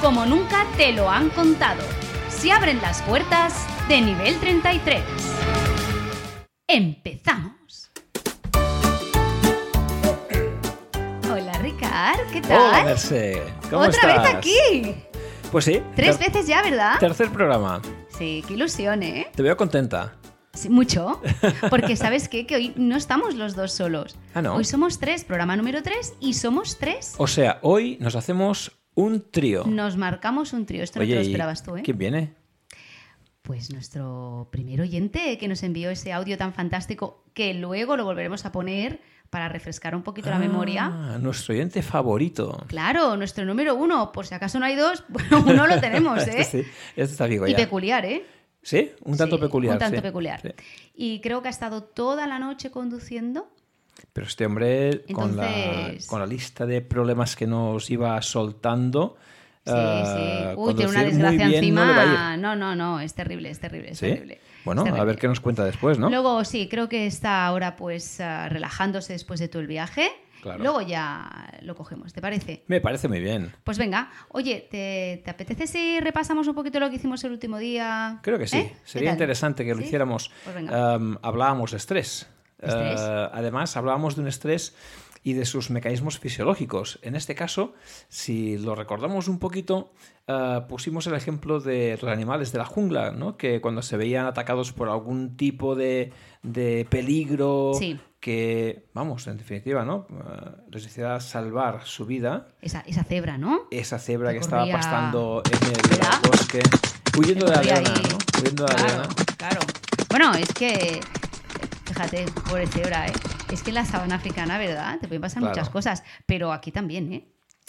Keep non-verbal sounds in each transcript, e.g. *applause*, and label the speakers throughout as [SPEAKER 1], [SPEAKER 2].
[SPEAKER 1] como nunca te lo han contado. Se abren las puertas de nivel 33. Empezamos. Hola Ricard, ¿qué tal?
[SPEAKER 2] Hola, Mercé. ¿Cómo
[SPEAKER 1] Otra
[SPEAKER 2] estás?
[SPEAKER 1] vez aquí.
[SPEAKER 2] Pues sí.
[SPEAKER 1] Tres
[SPEAKER 2] ter-
[SPEAKER 1] veces ya, ¿verdad?
[SPEAKER 2] Tercer programa.
[SPEAKER 1] Sí, qué ilusión, ¿eh?
[SPEAKER 2] Te veo contenta.
[SPEAKER 1] Sí, mucho, porque ¿sabes qué? Que hoy no estamos los dos solos.
[SPEAKER 2] Ah, ¿no?
[SPEAKER 1] Hoy somos tres, programa número tres, y somos tres.
[SPEAKER 2] O sea, hoy nos hacemos un trío.
[SPEAKER 1] Nos marcamos un trío. Esto
[SPEAKER 2] Oh. Oye,
[SPEAKER 1] no te
[SPEAKER 2] ¿y
[SPEAKER 1] lo esperabas tú, ¿eh?
[SPEAKER 2] ¿Quién viene?
[SPEAKER 1] Pues nuestro primer oyente que nos envió ese audio tan fantástico, que luego lo volveremos a poner para refrescar un poquito la memoria.
[SPEAKER 2] Ah, nuestro oyente favorito.
[SPEAKER 1] Claro, nuestro número uno, por si acaso no hay dos, *laughs* bueno, uno lo tenemos, ¿eh?
[SPEAKER 2] *laughs* Este sí, este está vivo
[SPEAKER 1] y
[SPEAKER 2] ya.
[SPEAKER 1] peculiar, ¿eh?
[SPEAKER 2] ¿Sí? Un tanto
[SPEAKER 1] Sí,
[SPEAKER 2] peculiar.
[SPEAKER 1] Un tanto
[SPEAKER 2] sí.
[SPEAKER 1] peculiar.
[SPEAKER 2] Sí.
[SPEAKER 1] Y creo que ha estado toda la noche conduciendo.
[SPEAKER 2] Pero este hombre, con, la,
[SPEAKER 1] Entonces-
[SPEAKER 2] con la lista de problemas que nos iba soltando.
[SPEAKER 1] Sí,
[SPEAKER 2] eh,
[SPEAKER 1] sí. Uy, tiene una
[SPEAKER 2] conducir muy
[SPEAKER 1] desgracia
[SPEAKER 2] bien no le va a ir.
[SPEAKER 1] encima. No, no, no, es terrible, es terrible, es
[SPEAKER 2] ¿Sí?
[SPEAKER 1] terrible.
[SPEAKER 2] Bueno,
[SPEAKER 1] Es
[SPEAKER 2] a ver
[SPEAKER 1] terrible.
[SPEAKER 2] qué nos cuenta después, ¿no?
[SPEAKER 1] Luego sí, creo que está ahora pues ah, relajándose después de todo el viaje.
[SPEAKER 2] Claro.
[SPEAKER 1] Luego ya lo cogemos, ¿te parece?
[SPEAKER 2] Me parece muy bien.
[SPEAKER 1] Pues venga, oye, ¿te, te apetece si repasamos un poquito lo que hicimos el último día?
[SPEAKER 2] Creo que sí.
[SPEAKER 1] ¿Eh? ¿Qué
[SPEAKER 2] Sería
[SPEAKER 1] tal?
[SPEAKER 2] interesante que lo
[SPEAKER 1] ¿Sí?
[SPEAKER 2] hiciéramos.
[SPEAKER 1] Pues venga.
[SPEAKER 2] Em, hablábamos de estrés.
[SPEAKER 1] Estrés.
[SPEAKER 2] Eh, además, hablábamos de un estrés y de sus mecanismos fisiológicos. En este caso, si lo recordamos un poquito, eh, pusimos el ejemplo de los animales de la jungla, ¿no? que cuando se veían atacados por algún tipo de, de peligro,
[SPEAKER 1] Sí.
[SPEAKER 2] que, vamos, en definitiva, ¿no? Eh, les hacía salvar su vida,
[SPEAKER 1] Esa, esa cebra, ¿no?
[SPEAKER 2] esa cebra
[SPEAKER 1] Que
[SPEAKER 2] que estaba
[SPEAKER 1] corría-
[SPEAKER 2] pastando en el
[SPEAKER 1] ¿Verdad?
[SPEAKER 2] bosque, huyendo de la
[SPEAKER 1] Estoy
[SPEAKER 2] leona,
[SPEAKER 1] ahí.
[SPEAKER 2] ¿no? Huyendo de la
[SPEAKER 1] claro,
[SPEAKER 2] leona.
[SPEAKER 1] claro. Bueno, es que. Fíjate, pobre cebra, ¿eh? Es que en la sabana africana, ¿verdad? Te pueden pasar
[SPEAKER 2] Claro.
[SPEAKER 1] muchas cosas, pero aquí también, ¿eh?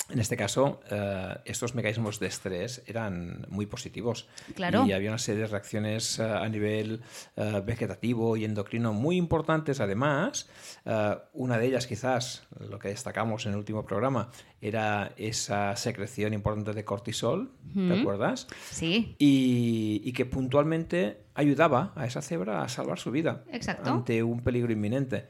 [SPEAKER 2] En este caso, eh, estos mecanismos de estrés eran muy positivos.
[SPEAKER 1] Claro.
[SPEAKER 2] Y había una serie de reacciones eh, a nivel eh, vegetativo y endocrino muy importantes. Además, Eh, una de ellas, quizás, lo que destacamos en el último programa, era esa secreción importante de cortisol. ¿Te acuerdas?
[SPEAKER 1] Sí,
[SPEAKER 2] y, y que puntualmente ayudaba a esa cebra a salvar su vida
[SPEAKER 1] Exacto.
[SPEAKER 2] ante un peligro inminente.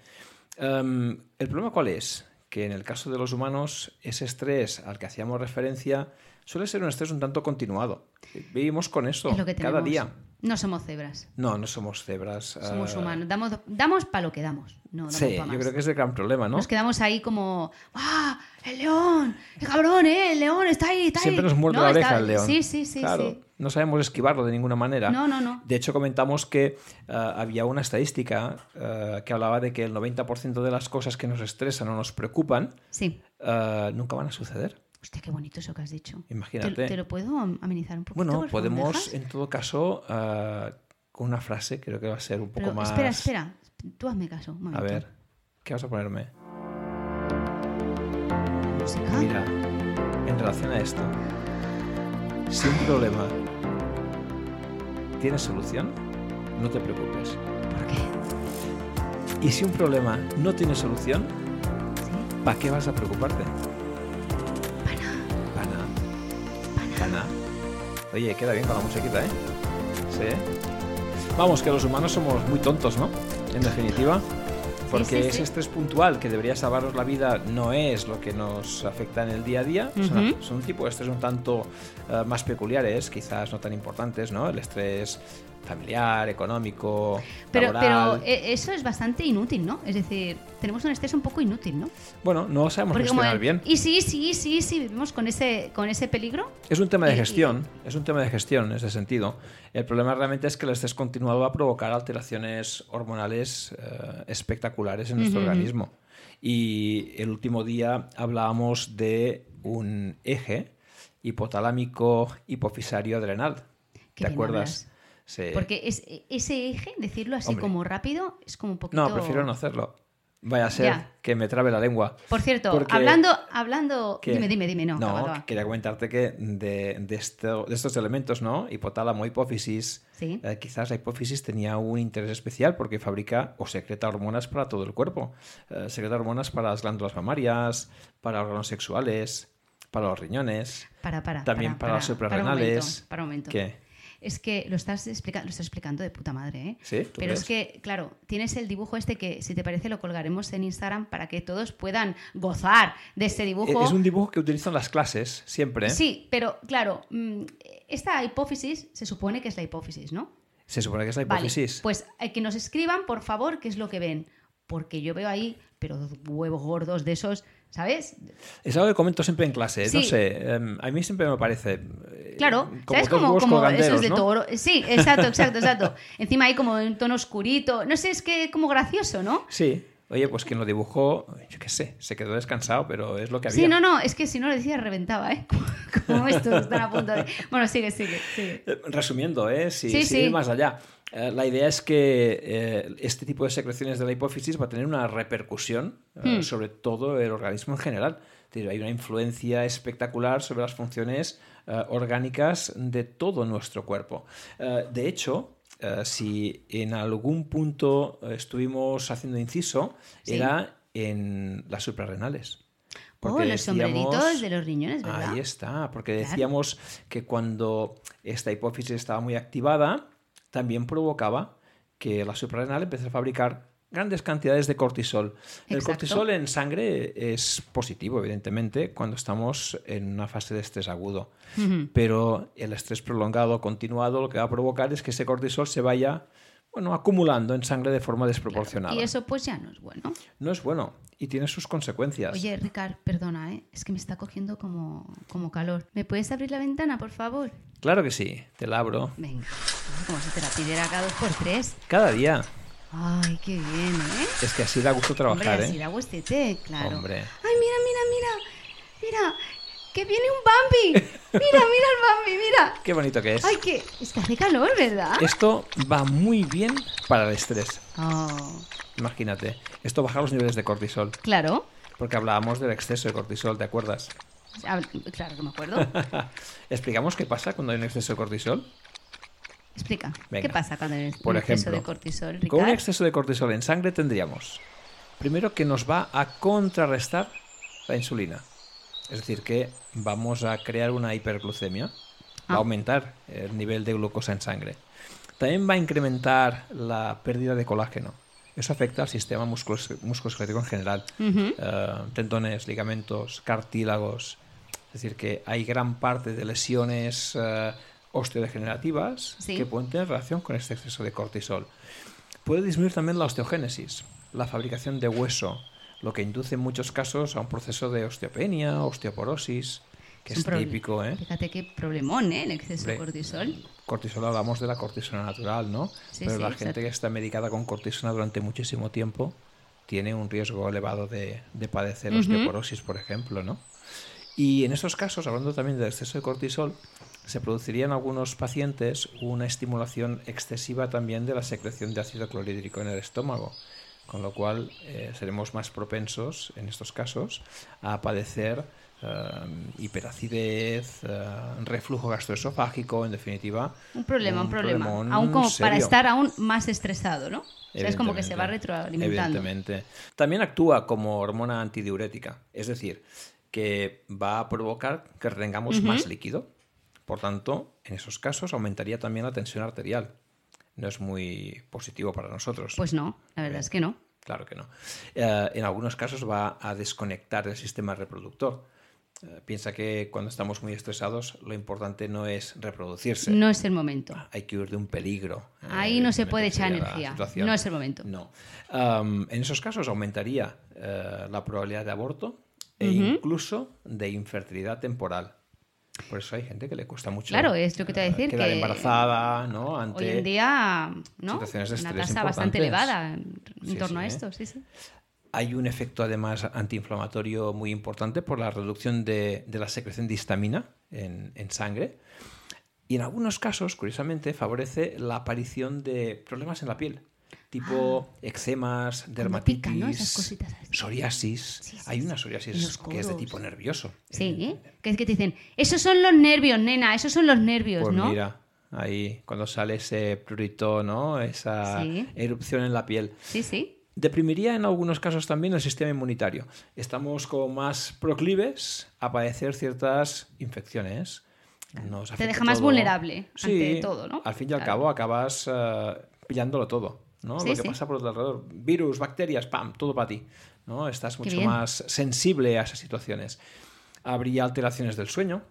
[SPEAKER 2] Em, ¿El problema cuál es? Que en el caso de los humanos, ese estrés al que hacíamos referencia suele ser un estrés un tanto continuado. Vivimos con eso
[SPEAKER 1] es lo que tenemos.
[SPEAKER 2] cada día.
[SPEAKER 1] No somos cebras,
[SPEAKER 2] No, no somos cebras.
[SPEAKER 1] somos
[SPEAKER 2] eh,
[SPEAKER 1] humanos. Damos, damos para lo que damos. No, damos
[SPEAKER 2] Sí,
[SPEAKER 1] pa' más.
[SPEAKER 2] yo creo que es el gran problema, ¿no?
[SPEAKER 1] Nos quedamos ahí como, ¡ah! ¡El león! ¡El cabrón, eh! ¡El león está ahí! Está ahí!
[SPEAKER 2] Siempre nos muerde
[SPEAKER 1] No,
[SPEAKER 2] la
[SPEAKER 1] está-
[SPEAKER 2] oreja el león.
[SPEAKER 1] Sí, sí, sí.
[SPEAKER 2] Claro,
[SPEAKER 1] sí.
[SPEAKER 2] No sabemos esquivarlo de ninguna manera.
[SPEAKER 1] No, no, no.
[SPEAKER 2] De hecho, comentamos que eh, había una estadística eh, que hablaba de que el 90% de las cosas que nos estresan o nos preocupan
[SPEAKER 1] Sí.
[SPEAKER 2] eh, nunca van a suceder.
[SPEAKER 1] Hostia, qué bonito eso que has dicho. ¿Te-
[SPEAKER 2] Imagínate.
[SPEAKER 1] ¿Te, lo puedo amenizar un poquito?
[SPEAKER 2] Bueno,
[SPEAKER 1] por favor, ¿me
[SPEAKER 2] podemos,
[SPEAKER 1] dejas?
[SPEAKER 2] en todo caso, eh, con una frase, creo que va a ser un poco
[SPEAKER 1] Pero
[SPEAKER 2] más...
[SPEAKER 1] Espera, espera. Tú hazme caso. un
[SPEAKER 2] A
[SPEAKER 1] momento.
[SPEAKER 2] ver, ¿qué vas a ponerme?
[SPEAKER 1] Música.
[SPEAKER 2] Mira, en relación a esto, si un problema tiene solución, no te preocupes.
[SPEAKER 1] ¿Por qué?
[SPEAKER 2] Y si un problema no tiene solución,
[SPEAKER 1] Sí.
[SPEAKER 2] ¿para qué vas a preocuparte? Para nada. Para nada. Oye, queda bien con la musiquita, ¿eh? Sí. ¿eh? Vamos, que los humanos somos muy tontos, ¿no? En definitiva. Porque
[SPEAKER 1] sí, sí.
[SPEAKER 2] ese estrés puntual que debería salvarnos la vida no es lo que nos afecta en el día a día. Son-
[SPEAKER 1] Ujú.
[SPEAKER 2] Son un tipo de estrés un tanto eh, más peculiares, quizás no tan importantes, ¿no? El estrés familiar, económico,
[SPEAKER 1] Pero, pero
[SPEAKER 2] laboral.
[SPEAKER 1] eh, eso es bastante inútil, ¿no? Es decir, tenemos un estrés un poco inútil, ¿no?
[SPEAKER 2] bueno, no sabemos gestionar
[SPEAKER 1] el-
[SPEAKER 2] bien.
[SPEAKER 1] Y sí, sí, sí, sí, vivimos con ese, con ese peligro.
[SPEAKER 2] Es un tema de
[SPEAKER 1] Y- y-
[SPEAKER 2] gestión, es un tema de gestión en ese sentido. El problema realmente es que el estrés continuado va a provocar alteraciones hormonales eh, espectaculares en nuestro
[SPEAKER 1] Ujú, ujú.
[SPEAKER 2] organismo. Y el último día hablábamos de un eje hipotalámico hipofisario adrenal.
[SPEAKER 1] Qué
[SPEAKER 2] ¿Te
[SPEAKER 1] bien
[SPEAKER 2] acuerdas? Sí.
[SPEAKER 1] Porque es, ese eje, decirlo así
[SPEAKER 2] Eh. Hombre.
[SPEAKER 1] como rápido, es como un poquito...
[SPEAKER 2] No, prefiero no hacerlo. Vaya a ser
[SPEAKER 1] Ya.
[SPEAKER 2] que me trabe la lengua.
[SPEAKER 1] Por cierto,
[SPEAKER 2] Porque-
[SPEAKER 1] hablando, hablando.
[SPEAKER 2] ¿Qué?
[SPEAKER 1] Dime, dime, dime, no.
[SPEAKER 2] No,
[SPEAKER 1] acaba, acaba.
[SPEAKER 2] quería comentarte que de, de esto- de estos elementos, ¿no? Hipotálamo, hipófisis.
[SPEAKER 1] Sí.
[SPEAKER 2] eh, quizás la hipófisis tenía un interés especial porque fabrica o secreta hormonas para todo el cuerpo. Eh, secreta hormonas para las glándulas mamarias, para órganos sexuales, para los riñones.
[SPEAKER 1] Para, para.
[SPEAKER 2] También para las suprarrenales.
[SPEAKER 1] Para un momento. Para un
[SPEAKER 2] ¿Qué?
[SPEAKER 1] momento. Es que lo estás, explica- lo estás explicando de puta madre, ¿eh?
[SPEAKER 2] ¿Sí? ¿Tú
[SPEAKER 1] Pero
[SPEAKER 2] crees?
[SPEAKER 1] es que, claro, tienes el dibujo este que, si te parece, lo colgaremos en Instagram para que todos puedan gozar de este dibujo.
[SPEAKER 2] Eh, Es un dibujo que utilizan las clases siempre. ¿eh?
[SPEAKER 1] Sí, pero claro, mm, esta hipófisis se supone que es la hipófisis, ¿no?
[SPEAKER 2] Se supone que es la
[SPEAKER 1] Vale,
[SPEAKER 2] hipófisis.
[SPEAKER 1] pues eh, que nos escriban, por favor, qué es lo que ven. Porque yo veo ahí, pero dos huevos gordos de esos, ¿sabes?
[SPEAKER 2] Es algo que comento siempre en clase. No
[SPEAKER 1] Sí.
[SPEAKER 2] sé, em, a mí siempre me parece. eh,
[SPEAKER 1] Claro, ¿sabes?
[SPEAKER 2] dos huevos
[SPEAKER 1] como
[SPEAKER 2] colganderos,
[SPEAKER 1] esos de
[SPEAKER 2] ¿no?
[SPEAKER 1] toro. eh, Sí, exacto,
[SPEAKER 2] *laughs*
[SPEAKER 1] exacto, exacto. Encima hay como un tono oscurito. No sé, es que como gracioso, ¿no?
[SPEAKER 2] Sí. Oye, pues quien lo dibujó, yo qué sé, se quedó descansado, pero es lo que había.
[SPEAKER 1] Sí, no, no, es que si no lo decía reventaba, ¿eh? *laughs* Como estos están a punto de... Bueno, sigue, sigue, sigue.
[SPEAKER 2] Eh, Resumiendo, ¿eh? Si,
[SPEAKER 1] Sí,
[SPEAKER 2] si
[SPEAKER 1] sí.
[SPEAKER 2] ir más allá. Eh, la idea es que eh, este tipo de secreciones de la hipófisis va a tener una repercusión eh,
[SPEAKER 1] Hmm.
[SPEAKER 2] sobre todo el organismo en general. Es decir, hay una influencia espectacular sobre las funciones eh, orgánicas de todo nuestro cuerpo. Eh, de hecho, eh, si en algún punto eh, estuvimos haciendo inciso,
[SPEAKER 1] Sí.
[SPEAKER 2] era en las suprarrenales.
[SPEAKER 1] Oh,
[SPEAKER 2] Porque
[SPEAKER 1] los
[SPEAKER 2] decíamos- Ah,
[SPEAKER 1] sombreritos de los riñones, ¿verdad?
[SPEAKER 2] Ahí está, porque
[SPEAKER 1] Claro.
[SPEAKER 2] decíamos que cuando esta hipófisis estaba muy activada, también provocaba que la suprarrenal empezara a fabricar grandes cantidades de cortisol. El
[SPEAKER 1] Exacto.
[SPEAKER 2] cortisol en sangre es positivo, evidentemente, cuando estamos en una fase de estrés agudo.
[SPEAKER 1] Ujú.
[SPEAKER 2] Pero el estrés prolongado, continuado, lo que va a provocar es que ese cortisol se vaya bueno, acumulando en sangre de forma desproporcionada.
[SPEAKER 1] Y eso pues ya no es bueno.
[SPEAKER 2] No es bueno y tiene sus consecuencias.
[SPEAKER 1] Oye, Ricard, perdona, ¿eh? Es que me está cogiendo como, como calor. ¿Me puedes abrir la ventana, por favor?
[SPEAKER 2] Claro que sí, te la abro.
[SPEAKER 1] Venga, como si te la pidiera cada dos por tres.
[SPEAKER 2] Cada día.
[SPEAKER 1] Ay, qué bien, ¿eh?
[SPEAKER 2] Es que así da gusto
[SPEAKER 1] Hombre,
[SPEAKER 2] trabajar,
[SPEAKER 1] así
[SPEAKER 2] ¿eh?
[SPEAKER 1] la gustete, claro.
[SPEAKER 2] Hombre.
[SPEAKER 1] Ay, mira, mira, mira. Mira, que viene un Bambi. Mira, mira el Bambi, mira.
[SPEAKER 2] Qué bonito que es.
[SPEAKER 1] Ay, ¿ah? que es que hace calor, ¿verdad?
[SPEAKER 2] Esto va muy bien para el estrés.
[SPEAKER 1] Oh,
[SPEAKER 2] Imagínate. Esto baja los niveles de cortisol.
[SPEAKER 1] claro.
[SPEAKER 2] Porque hablábamos del exceso de cortisol, ¿te acuerdas?
[SPEAKER 1] Hab- Claro que me acuerdo.
[SPEAKER 2] ¿Explicamos qué pasa cuando hay un exceso de cortisol?
[SPEAKER 1] Explica.
[SPEAKER 2] Venga.
[SPEAKER 1] ¿Qué pasa cuando el
[SPEAKER 2] Por
[SPEAKER 1] exceso
[SPEAKER 2] ejemplo,
[SPEAKER 1] de cortisol,
[SPEAKER 2] Con un
[SPEAKER 1] Ricard?
[SPEAKER 2] exceso de cortisol en sangre tendríamos, primero, que nos va a contrarrestar la insulina. Es decir, que vamos a crear una hiperglucemia. Va
[SPEAKER 1] Ah.
[SPEAKER 2] a aumentar el nivel de glucosa en sangre. También va a incrementar la pérdida de colágeno. Eso afecta al sistema musculos- musculoesquelético en general.
[SPEAKER 1] Ujú.
[SPEAKER 2] Eh, tendones, ligamentos, cartílagos. Es decir, que hay gran parte de lesiones eh, osteodegenerativas
[SPEAKER 1] Sí.
[SPEAKER 2] que pueden tener relación con este exceso de cortisol. Puede disminuir también la osteogénesis, la fabricación de hueso, lo que induce en muchos casos a un proceso de osteopenia, osteoporosis, que
[SPEAKER 1] Es un
[SPEAKER 2] es,
[SPEAKER 1] problema.
[SPEAKER 2] típico, ¿eh?
[SPEAKER 1] Fíjate qué problemón, ¿eh? El exceso de
[SPEAKER 2] Hombre,
[SPEAKER 1] cortisol.
[SPEAKER 2] Cortisol hablamos de la cortisona natural, ¿no?
[SPEAKER 1] Sí,
[SPEAKER 2] Pero
[SPEAKER 1] sí,
[SPEAKER 2] la
[SPEAKER 1] exacto.
[SPEAKER 2] gente que está medicada con cortisona durante muchísimo tiempo tiene un riesgo elevado de, de padecer
[SPEAKER 1] Ujú.
[SPEAKER 2] osteoporosis, por ejemplo, ¿no? Y en estos casos, hablando también del exceso de cortisol, se produciría en algunos pacientes una estimulación excesiva también de la secreción de ácido clorhídrico en el estómago, con lo cual eh, seremos más propensos en estos casos a padecer eh, hiperacidez, eh, reflujo gastroesofágico, en definitiva.
[SPEAKER 1] Un problema, un, problema.
[SPEAKER 2] problemón
[SPEAKER 1] Aún como para
[SPEAKER 2] serio.
[SPEAKER 1] estar aún más estresado, ¿no? O sea, es como que se va
[SPEAKER 2] Evidentemente.
[SPEAKER 1] retroalimentando.
[SPEAKER 2] Evidentemente. También actúa como hormona antidiurética, es decir, que va a provocar que retengamos más líquido. Por tanto, en esos casos aumentaría también la tensión arterial. No es muy positivo para nosotros.
[SPEAKER 1] Pues no, la verdad es que no.
[SPEAKER 2] Claro que no. Eh, en algunos casos va a desconectar el sistema reproductor. Eh, piensa que cuando estamos muy estresados, lo importante no es reproducirse.
[SPEAKER 1] No es el momento.
[SPEAKER 2] Hay que huir de un peligro. Eh,
[SPEAKER 1] Ahí no se
[SPEAKER 2] evidentemente
[SPEAKER 1] puede echar
[SPEAKER 2] sería la
[SPEAKER 1] energía.
[SPEAKER 2] situación.
[SPEAKER 1] No es el momento.
[SPEAKER 2] No. Am, en esos casos aumentaría eh, la probabilidad de aborto e
[SPEAKER 1] Ujú.
[SPEAKER 2] incluso de infertilidad temporal. Por eso hay gente que le cuesta mucho.
[SPEAKER 1] Claro, es lo que te iba a
[SPEAKER 2] eh,
[SPEAKER 1] decir,
[SPEAKER 2] Quedar
[SPEAKER 1] que
[SPEAKER 2] embarazada, ¿no? Ante...
[SPEAKER 1] Hoy en día, ¿no?
[SPEAKER 2] situaciones de
[SPEAKER 1] Una
[SPEAKER 2] estrés
[SPEAKER 1] tasa bastante
[SPEAKER 2] importantes.
[SPEAKER 1] elevada en, en
[SPEAKER 2] Sí,
[SPEAKER 1] torno a
[SPEAKER 2] sí, ¿eh?
[SPEAKER 1] esto, sí, sí.
[SPEAKER 2] Hay un efecto además antiinflamatorio muy importante por la reducción de, de la secreción de histamina en, en sangre. Y en algunos casos, curiosamente, favorece la aparición de problemas en la piel. tipo eczemas, dermatitis,
[SPEAKER 1] Ah. pica, ¿no? Esas cositas así.
[SPEAKER 2] psoriasis.
[SPEAKER 1] Sí, sí,
[SPEAKER 2] Hay
[SPEAKER 1] sí.
[SPEAKER 2] una
[SPEAKER 1] Y
[SPEAKER 2] psoriasis
[SPEAKER 1] los
[SPEAKER 2] que es de
[SPEAKER 1] codos.
[SPEAKER 2] tipo nervioso.
[SPEAKER 1] Sí,
[SPEAKER 2] Eh,
[SPEAKER 1] ¿eh? que es que te dicen, esos son los nervios, nena, esos son los nervios,
[SPEAKER 2] Pues
[SPEAKER 1] ¿no?
[SPEAKER 2] mira, ahí cuando sale ese prurito, ¿no? Esa
[SPEAKER 1] Sí.
[SPEAKER 2] erupción en la piel.
[SPEAKER 1] Sí, sí.
[SPEAKER 2] Deprimiría en algunos casos también el sistema inmunitario. Estamos como más proclives a padecer ciertas infecciones. Nos
[SPEAKER 1] Te
[SPEAKER 2] afecta
[SPEAKER 1] deja más
[SPEAKER 2] todo.
[SPEAKER 1] vulnerable
[SPEAKER 2] Sí,
[SPEAKER 1] ante todo, ¿no?
[SPEAKER 2] Al fin y al
[SPEAKER 1] Claro.
[SPEAKER 2] cabo acabas eh, pillándolo todo, ¿no?
[SPEAKER 1] Sí,
[SPEAKER 2] Lo que
[SPEAKER 1] sí.
[SPEAKER 2] pasa por tu alrededor, virus, bacterias, pam, todo para ti, ¿no? Estás mucho
[SPEAKER 1] bien.
[SPEAKER 2] más sensible a esas situaciones. Habría alteraciones del sueño,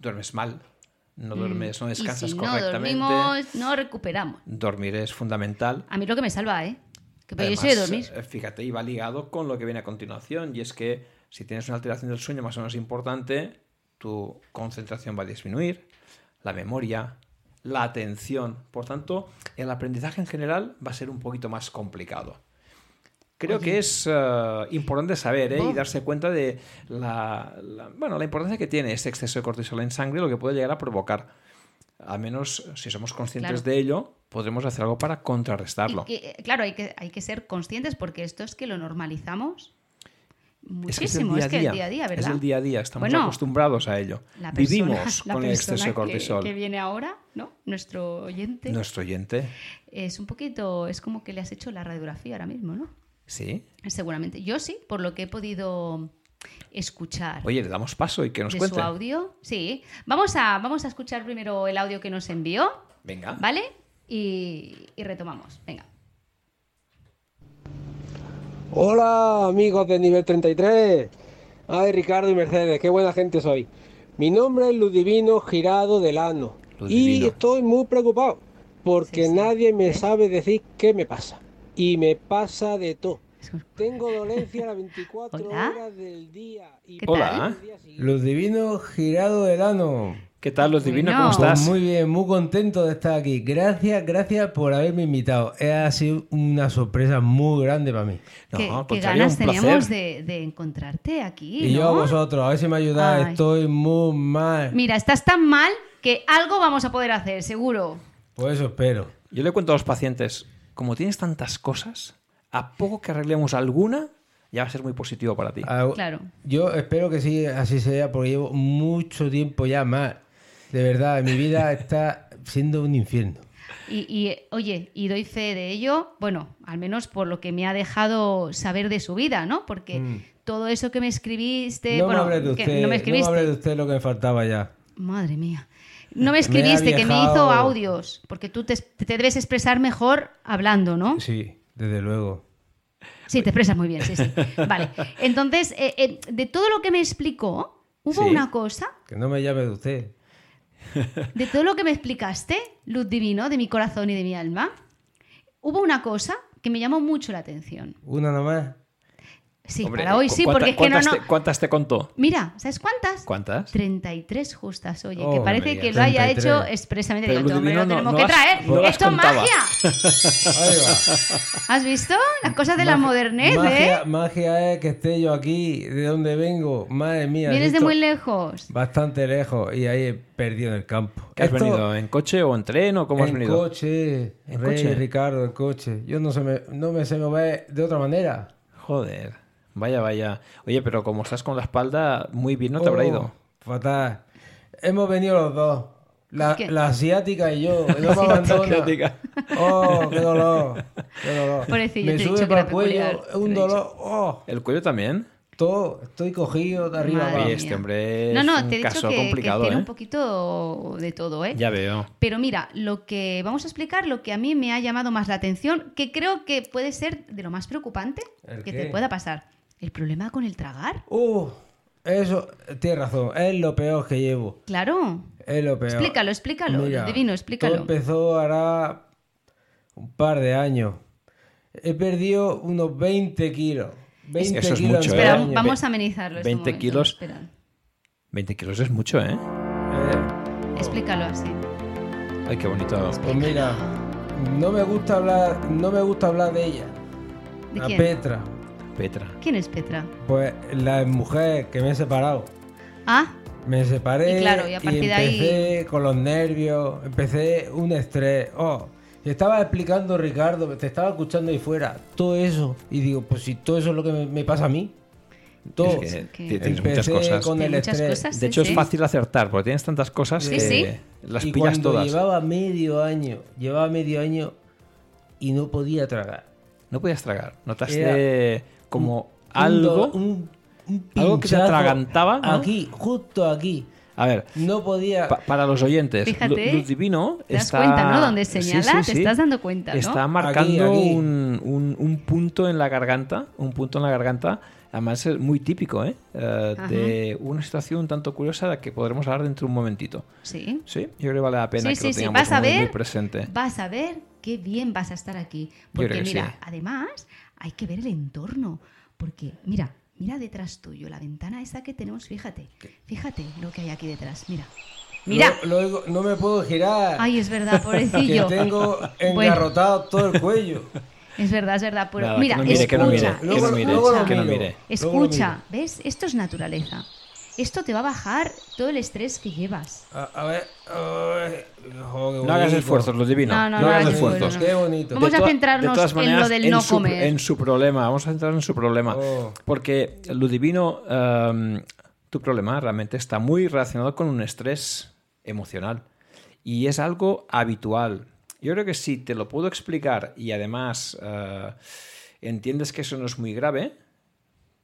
[SPEAKER 2] duermes mal, no duermes, no descansas
[SPEAKER 1] Mm. y si
[SPEAKER 2] correctamente.
[SPEAKER 1] No dormimos, no recuperamos.
[SPEAKER 2] Dormir es fundamental.
[SPEAKER 1] A mí lo que me salva, ¿eh? Que pero yo
[SPEAKER 2] Además,
[SPEAKER 1] soy de dormir.
[SPEAKER 2] eh, Fíjate, y va ligado con lo que viene a continuación, y es que si tienes una alteración del sueño más o menos importante, tu concentración va a disminuir, la memoria, la atención. Por tanto, el aprendizaje en general va a ser un poquito más complicado. Creo que es eh, importante saber ¿eh? y
[SPEAKER 1] Bob.
[SPEAKER 2] darse cuenta de la, la- bueno, la importancia que tiene este exceso de cortisol en sangre, lo que puede llegar a provocar. Al menos si somos conscientes
[SPEAKER 1] Claro.
[SPEAKER 2] de ello, podremos hacer algo para
[SPEAKER 1] Y
[SPEAKER 2] contrarrestarlo.
[SPEAKER 1] que, eh, claro, hay que, hay que ser conscientes porque esto es que lo normalizamos muchísimo.
[SPEAKER 2] Es que es el día a día,
[SPEAKER 1] ¿verdad?
[SPEAKER 2] Es el día a día, estamos
[SPEAKER 1] Bueno,
[SPEAKER 2] acostumbrados a ello.
[SPEAKER 1] La persona-
[SPEAKER 2] Vivimos
[SPEAKER 1] la
[SPEAKER 2] con el exceso
[SPEAKER 1] persona
[SPEAKER 2] de
[SPEAKER 1] que-
[SPEAKER 2] cortisol.
[SPEAKER 1] Que, viene ahora, ¿no? Nuestro oyente.
[SPEAKER 2] Nuestro oyente,
[SPEAKER 1] Es un poquito, es como que le has hecho la radiografía ahora mismo, ¿no?
[SPEAKER 2] sí.
[SPEAKER 1] Seguramente. Yo sí, por lo que he podido escuchar
[SPEAKER 2] Oye, le damos paso y que nos
[SPEAKER 1] de
[SPEAKER 2] cuente.
[SPEAKER 1] su audio. Sí. Vamos a, vamos a escuchar primero el audio que nos envió,
[SPEAKER 2] Venga.
[SPEAKER 1] ¿vale? Y, y retomamos. Venga.
[SPEAKER 3] Hola amigos de nivel 33. Ay Ricardo y Mercedes, qué buena gente soy. Mi nombre es Ludivino Girado Delano
[SPEAKER 2] Ludivino.
[SPEAKER 3] y estoy muy preocupado porque
[SPEAKER 1] Sí, sí.
[SPEAKER 3] nadie me
[SPEAKER 1] ¿Eh?
[SPEAKER 3] sabe decir qué me pasa. Y me pasa de todo. Tengo dolencia las 24
[SPEAKER 1] Hola.
[SPEAKER 3] horas del día. Y
[SPEAKER 1] ¿Qué
[SPEAKER 2] Hola.
[SPEAKER 3] el día siguiente.
[SPEAKER 4] Los divinos girado del ano.
[SPEAKER 2] ¿Qué tal, los divinos?
[SPEAKER 1] Bueno.
[SPEAKER 2] ¿Cómo estás?
[SPEAKER 4] Pues muy bien, muy contento de estar aquí. Gracias, gracias por haberme invitado. Ha sido una sorpresa muy grande para mí.
[SPEAKER 2] No,
[SPEAKER 1] ¿Qué,
[SPEAKER 2] al
[SPEAKER 4] pues
[SPEAKER 1] qué
[SPEAKER 2] contrario,
[SPEAKER 1] ganas
[SPEAKER 2] un placer.
[SPEAKER 1] teníamos de, de encontrarte aquí?
[SPEAKER 4] Y yo pues, a
[SPEAKER 1] ¿no?
[SPEAKER 4] vosotros, a ver si me ayudáis.
[SPEAKER 1] Ay.
[SPEAKER 4] Estoy muy mal.
[SPEAKER 1] Mira, estás tan mal que algo vamos a poder hacer, seguro.
[SPEAKER 4] Por Pues eso espero.
[SPEAKER 2] Yo le cuento a los pacientes, como tienes tantas cosas, a poco que arreglemos alguna, ya va a ser muy positivo para ti.
[SPEAKER 4] Ah,
[SPEAKER 1] Claro.
[SPEAKER 4] Yo espero que sí, así sea, porque llevo mucho tiempo ya mal. De verdad, mi
[SPEAKER 1] *laughs*
[SPEAKER 4] vida está siendo un infierno.
[SPEAKER 1] Y, y, eh, oye, y doy fe de ello, bueno, al menos por lo que me ha dejado saber de su vida, ¿no? Porque todo eso que me escribiste,
[SPEAKER 4] Mm. no,
[SPEAKER 1] bueno,
[SPEAKER 4] me hables de
[SPEAKER 1] que no
[SPEAKER 4] usted, no
[SPEAKER 1] me
[SPEAKER 4] me
[SPEAKER 1] escribiste,
[SPEAKER 4] hables de usted lo que me faltaba ya.
[SPEAKER 1] madre mía, no me
[SPEAKER 4] Me ha
[SPEAKER 1] escribiste, que me hizo
[SPEAKER 4] viajado.
[SPEAKER 1] audios, porque tú te, te debes expresar mejor hablando, ¿no?
[SPEAKER 4] Sí, desde luego.
[SPEAKER 1] Sí, te expresas muy bien, sí, sí. Vale, entonces, eh, eh, de todo lo que me explicó, hubo
[SPEAKER 2] Sí.
[SPEAKER 1] una cosa
[SPEAKER 4] Que no me llame de usted.
[SPEAKER 1] De todo lo que me explicaste, luz divino, de mi corazón y de mi alma, hubo una cosa que me llamó mucho la atención.
[SPEAKER 4] Una nomás.
[SPEAKER 1] Sí,
[SPEAKER 2] Hombre,
[SPEAKER 1] para hoy
[SPEAKER 2] ¿cu-
[SPEAKER 1] sí,
[SPEAKER 2] cuánta-
[SPEAKER 1] porque es que no,
[SPEAKER 2] ¿cuántas,
[SPEAKER 1] no.
[SPEAKER 2] Te, ¿Cuántas te contó?
[SPEAKER 1] Mira, ¿sabes cuántas?
[SPEAKER 2] ¿Cuántas?
[SPEAKER 1] 33 justas, oye, que
[SPEAKER 4] Hombre,
[SPEAKER 1] parece que
[SPEAKER 4] ya,
[SPEAKER 1] lo haya
[SPEAKER 4] 33.
[SPEAKER 1] hecho expresamente.
[SPEAKER 2] Pero
[SPEAKER 1] Digo,
[SPEAKER 2] Luz
[SPEAKER 1] esto me lo
[SPEAKER 2] Divino
[SPEAKER 1] tenemos
[SPEAKER 2] no- no
[SPEAKER 1] que
[SPEAKER 2] las-
[SPEAKER 1] traer.
[SPEAKER 2] no las
[SPEAKER 1] ¡Esto es
[SPEAKER 2] contaba. *laughs*
[SPEAKER 1] magia!
[SPEAKER 4] Ahí
[SPEAKER 1] *laughs*
[SPEAKER 4] va.
[SPEAKER 1] ¿Has visto? Las cosas de la
[SPEAKER 4] Magia-
[SPEAKER 1] modernez, ¿eh?
[SPEAKER 4] magia, Magia es que esté yo aquí, de dónde vengo. Madre mía.
[SPEAKER 1] Vienes de
[SPEAKER 4] esto-
[SPEAKER 1] muy lejos.
[SPEAKER 4] Bastante lejos y ahí perdido en el campo.
[SPEAKER 2] ¿Qué has
[SPEAKER 4] Esto-
[SPEAKER 2] venido? ¿En coche o en tren o cómo has
[SPEAKER 4] en
[SPEAKER 2] venido?
[SPEAKER 4] coche,
[SPEAKER 2] ¿En
[SPEAKER 4] Rey,
[SPEAKER 2] coche?
[SPEAKER 4] Ricardo, en coche. Yo no se me, no me se me va de otra manera.
[SPEAKER 2] Joder, vaya, vaya. Oye, pero como estás con la espalda muy bien, no te habrá
[SPEAKER 4] Oh,
[SPEAKER 2] ido.
[SPEAKER 4] Fatal. Hemos venido los dos. La,
[SPEAKER 1] ¿Qué?
[SPEAKER 4] la asiática y yo.
[SPEAKER 2] *laughs*
[SPEAKER 4] No me abandona.
[SPEAKER 2] asiática.
[SPEAKER 4] Oh, qué dolor. Qué dolor.
[SPEAKER 1] Pobrecillo,
[SPEAKER 4] me
[SPEAKER 1] te he
[SPEAKER 4] sube
[SPEAKER 1] dicho que
[SPEAKER 4] para
[SPEAKER 1] era
[SPEAKER 4] el cuello.
[SPEAKER 1] peculiar,
[SPEAKER 4] es
[SPEAKER 1] te
[SPEAKER 4] Un
[SPEAKER 1] lo he dicho.
[SPEAKER 4] dolor. Oh,
[SPEAKER 2] ¿El cuello también?
[SPEAKER 4] todo. Estoy cogido de arriba
[SPEAKER 1] Madre
[SPEAKER 4] abajo.
[SPEAKER 2] Oye,
[SPEAKER 1] mía.
[SPEAKER 2] este hombre
[SPEAKER 1] No,
[SPEAKER 2] es
[SPEAKER 1] no,
[SPEAKER 2] un
[SPEAKER 1] te he dicho
[SPEAKER 2] caso
[SPEAKER 1] que, que
[SPEAKER 2] complicado,
[SPEAKER 1] tiene
[SPEAKER 2] ¿eh?
[SPEAKER 1] un poquito de todo, ¿eh?
[SPEAKER 2] Ya veo.
[SPEAKER 1] Pero mira, lo que vamos a explicar, lo que a mí me ha llamado más la atención, que creo que puede ser de lo más preocupante
[SPEAKER 4] ¿El
[SPEAKER 1] que
[SPEAKER 4] qué?
[SPEAKER 1] te pueda pasar. El problema con el tragar.
[SPEAKER 4] Uh, eso, tienes razón. Es lo peor que llevo.
[SPEAKER 1] Claro.
[SPEAKER 4] Es lo peor.
[SPEAKER 1] Explícalo, explícalo,
[SPEAKER 4] Mira,
[SPEAKER 1] divino, explícalo.
[SPEAKER 4] Todo empezó hará un par de años. He perdido unos 20 kilos. 20
[SPEAKER 2] Eso es
[SPEAKER 4] kilos
[SPEAKER 2] mucho,
[SPEAKER 4] en
[SPEAKER 2] ¿eh?
[SPEAKER 1] Espera,
[SPEAKER 4] dos años.
[SPEAKER 1] vamos a amenizarlo. este
[SPEAKER 2] 20
[SPEAKER 1] momento,
[SPEAKER 2] kilos.
[SPEAKER 1] espera.
[SPEAKER 2] 20 kilos es mucho, ¿eh?
[SPEAKER 4] Eh,
[SPEAKER 1] Explícalo así.
[SPEAKER 2] Ay, qué bonito.
[SPEAKER 4] pues mira, no me gusta hablar, no me gusta hablar de ella.
[SPEAKER 1] ¿De
[SPEAKER 4] a
[SPEAKER 1] quién?
[SPEAKER 4] Petra.
[SPEAKER 2] Petra.
[SPEAKER 1] ¿Quién es Petra?
[SPEAKER 4] Pues la mujer que me he separado.
[SPEAKER 1] Ah,
[SPEAKER 4] Me separé
[SPEAKER 1] Y claro, y a partir de ahí-
[SPEAKER 4] empecé con los nervios, empecé un estrés. Oh, Te estaba explicando, Ricardo, te estaba escuchando ahí fuera, todo eso. Y digo, pues si todo eso es lo que me, me pasa a mí. Todo.
[SPEAKER 2] Es que
[SPEAKER 1] que-
[SPEAKER 2] ti- tienes muchas
[SPEAKER 4] Empecé
[SPEAKER 2] cosas.
[SPEAKER 4] con
[SPEAKER 1] Hay
[SPEAKER 4] el
[SPEAKER 1] muchas
[SPEAKER 4] estrés.
[SPEAKER 1] cosas.
[SPEAKER 2] De
[SPEAKER 1] Sí,
[SPEAKER 2] hecho, es
[SPEAKER 1] sí.
[SPEAKER 2] fácil acertar, porque tienes tantas cosas
[SPEAKER 1] Sí,
[SPEAKER 2] que
[SPEAKER 1] sí.
[SPEAKER 2] las
[SPEAKER 4] y
[SPEAKER 2] pillas
[SPEAKER 4] cuando
[SPEAKER 2] todas.
[SPEAKER 4] llevaba medio año, llevaba medio año y no podía tragar.
[SPEAKER 2] No podías tragar. Notaste como
[SPEAKER 4] Un do-
[SPEAKER 2] algo.
[SPEAKER 4] un- un
[SPEAKER 2] algo que te
[SPEAKER 4] pinchazo
[SPEAKER 2] atragantaba, ¿no?
[SPEAKER 4] Aquí, justo aquí.
[SPEAKER 2] A ver,
[SPEAKER 4] No podía.
[SPEAKER 2] pa- para los oyentes, Lu-
[SPEAKER 1] Fíjate,
[SPEAKER 2] Luz Divino
[SPEAKER 1] te das
[SPEAKER 2] está.
[SPEAKER 1] cuenta, ¿no? Donde
[SPEAKER 2] Sí,
[SPEAKER 1] señala,
[SPEAKER 2] sí,
[SPEAKER 1] te
[SPEAKER 2] sí.
[SPEAKER 1] estás dando cuenta, ¿no?
[SPEAKER 2] Está marcando
[SPEAKER 4] Aquí, aquí.
[SPEAKER 2] Un, un- un punto en la garganta. Un punto en la garganta. Además, es muy típico, ¿eh? Eh,
[SPEAKER 1] Ajá.
[SPEAKER 2] de una situación un tanto curiosa de la que podremos hablar dentro de un momentito.
[SPEAKER 1] Sí.
[SPEAKER 2] Sí, yo creo que vale la pena
[SPEAKER 1] Sí,
[SPEAKER 2] que
[SPEAKER 1] sí,
[SPEAKER 2] lo
[SPEAKER 1] sí,
[SPEAKER 2] tengamos
[SPEAKER 1] vas a
[SPEAKER 2] muy, muy
[SPEAKER 1] ver.
[SPEAKER 2] presente.
[SPEAKER 1] Vas a ver qué bien vas a estar aquí. Porque
[SPEAKER 2] creo que
[SPEAKER 1] mira,
[SPEAKER 2] sí.
[SPEAKER 1] además hay que ver el entorno. Porque mira, mira detrás tuyo, la ventana esa que tenemos, fíjate. Fíjate lo que hay aquí detrás, mira. Mira.
[SPEAKER 4] Lo- lo- no me puedo girar.
[SPEAKER 1] Ay, es verdad,
[SPEAKER 4] *laughs* que
[SPEAKER 1] pobrecillo.
[SPEAKER 4] tengo
[SPEAKER 1] *laughs* Bueno.
[SPEAKER 4] engarrotado todo el cuello.
[SPEAKER 1] Es verdad, es verdad. Pero
[SPEAKER 2] Nada,
[SPEAKER 1] mira,
[SPEAKER 2] que no mire, que no mire,
[SPEAKER 1] escucha,
[SPEAKER 2] que no mire,
[SPEAKER 1] escucha.
[SPEAKER 2] que no mire.
[SPEAKER 4] Luego lo
[SPEAKER 1] Escucha, ¿ves? Esto es naturaleza. Esto te va a bajar todo el estrés que llevas.
[SPEAKER 4] A, a ver. ay, jo, qué
[SPEAKER 2] No hagas
[SPEAKER 4] bonito.
[SPEAKER 2] esfuerzos, lo divino.
[SPEAKER 1] No, no,
[SPEAKER 2] No,
[SPEAKER 1] no
[SPEAKER 2] hagas
[SPEAKER 1] hagas
[SPEAKER 2] esfuerzos.
[SPEAKER 1] esfuerzos.
[SPEAKER 4] Qué bonito.
[SPEAKER 1] Vamos
[SPEAKER 2] De
[SPEAKER 1] a
[SPEAKER 2] toda-
[SPEAKER 1] centrarnos
[SPEAKER 2] de todas
[SPEAKER 1] en
[SPEAKER 2] maneras,
[SPEAKER 1] lo del no
[SPEAKER 2] en su,
[SPEAKER 1] comer.
[SPEAKER 2] En su problema, vamos a centrarnos en su problema.
[SPEAKER 4] Oh.
[SPEAKER 2] Porque lo divino, em, tu problema realmente está muy relacionado con un estrés emocional. Y es algo habitual. Yo creo que si te lo puedo explicar y además eh, entiendes que eso no es muy grave,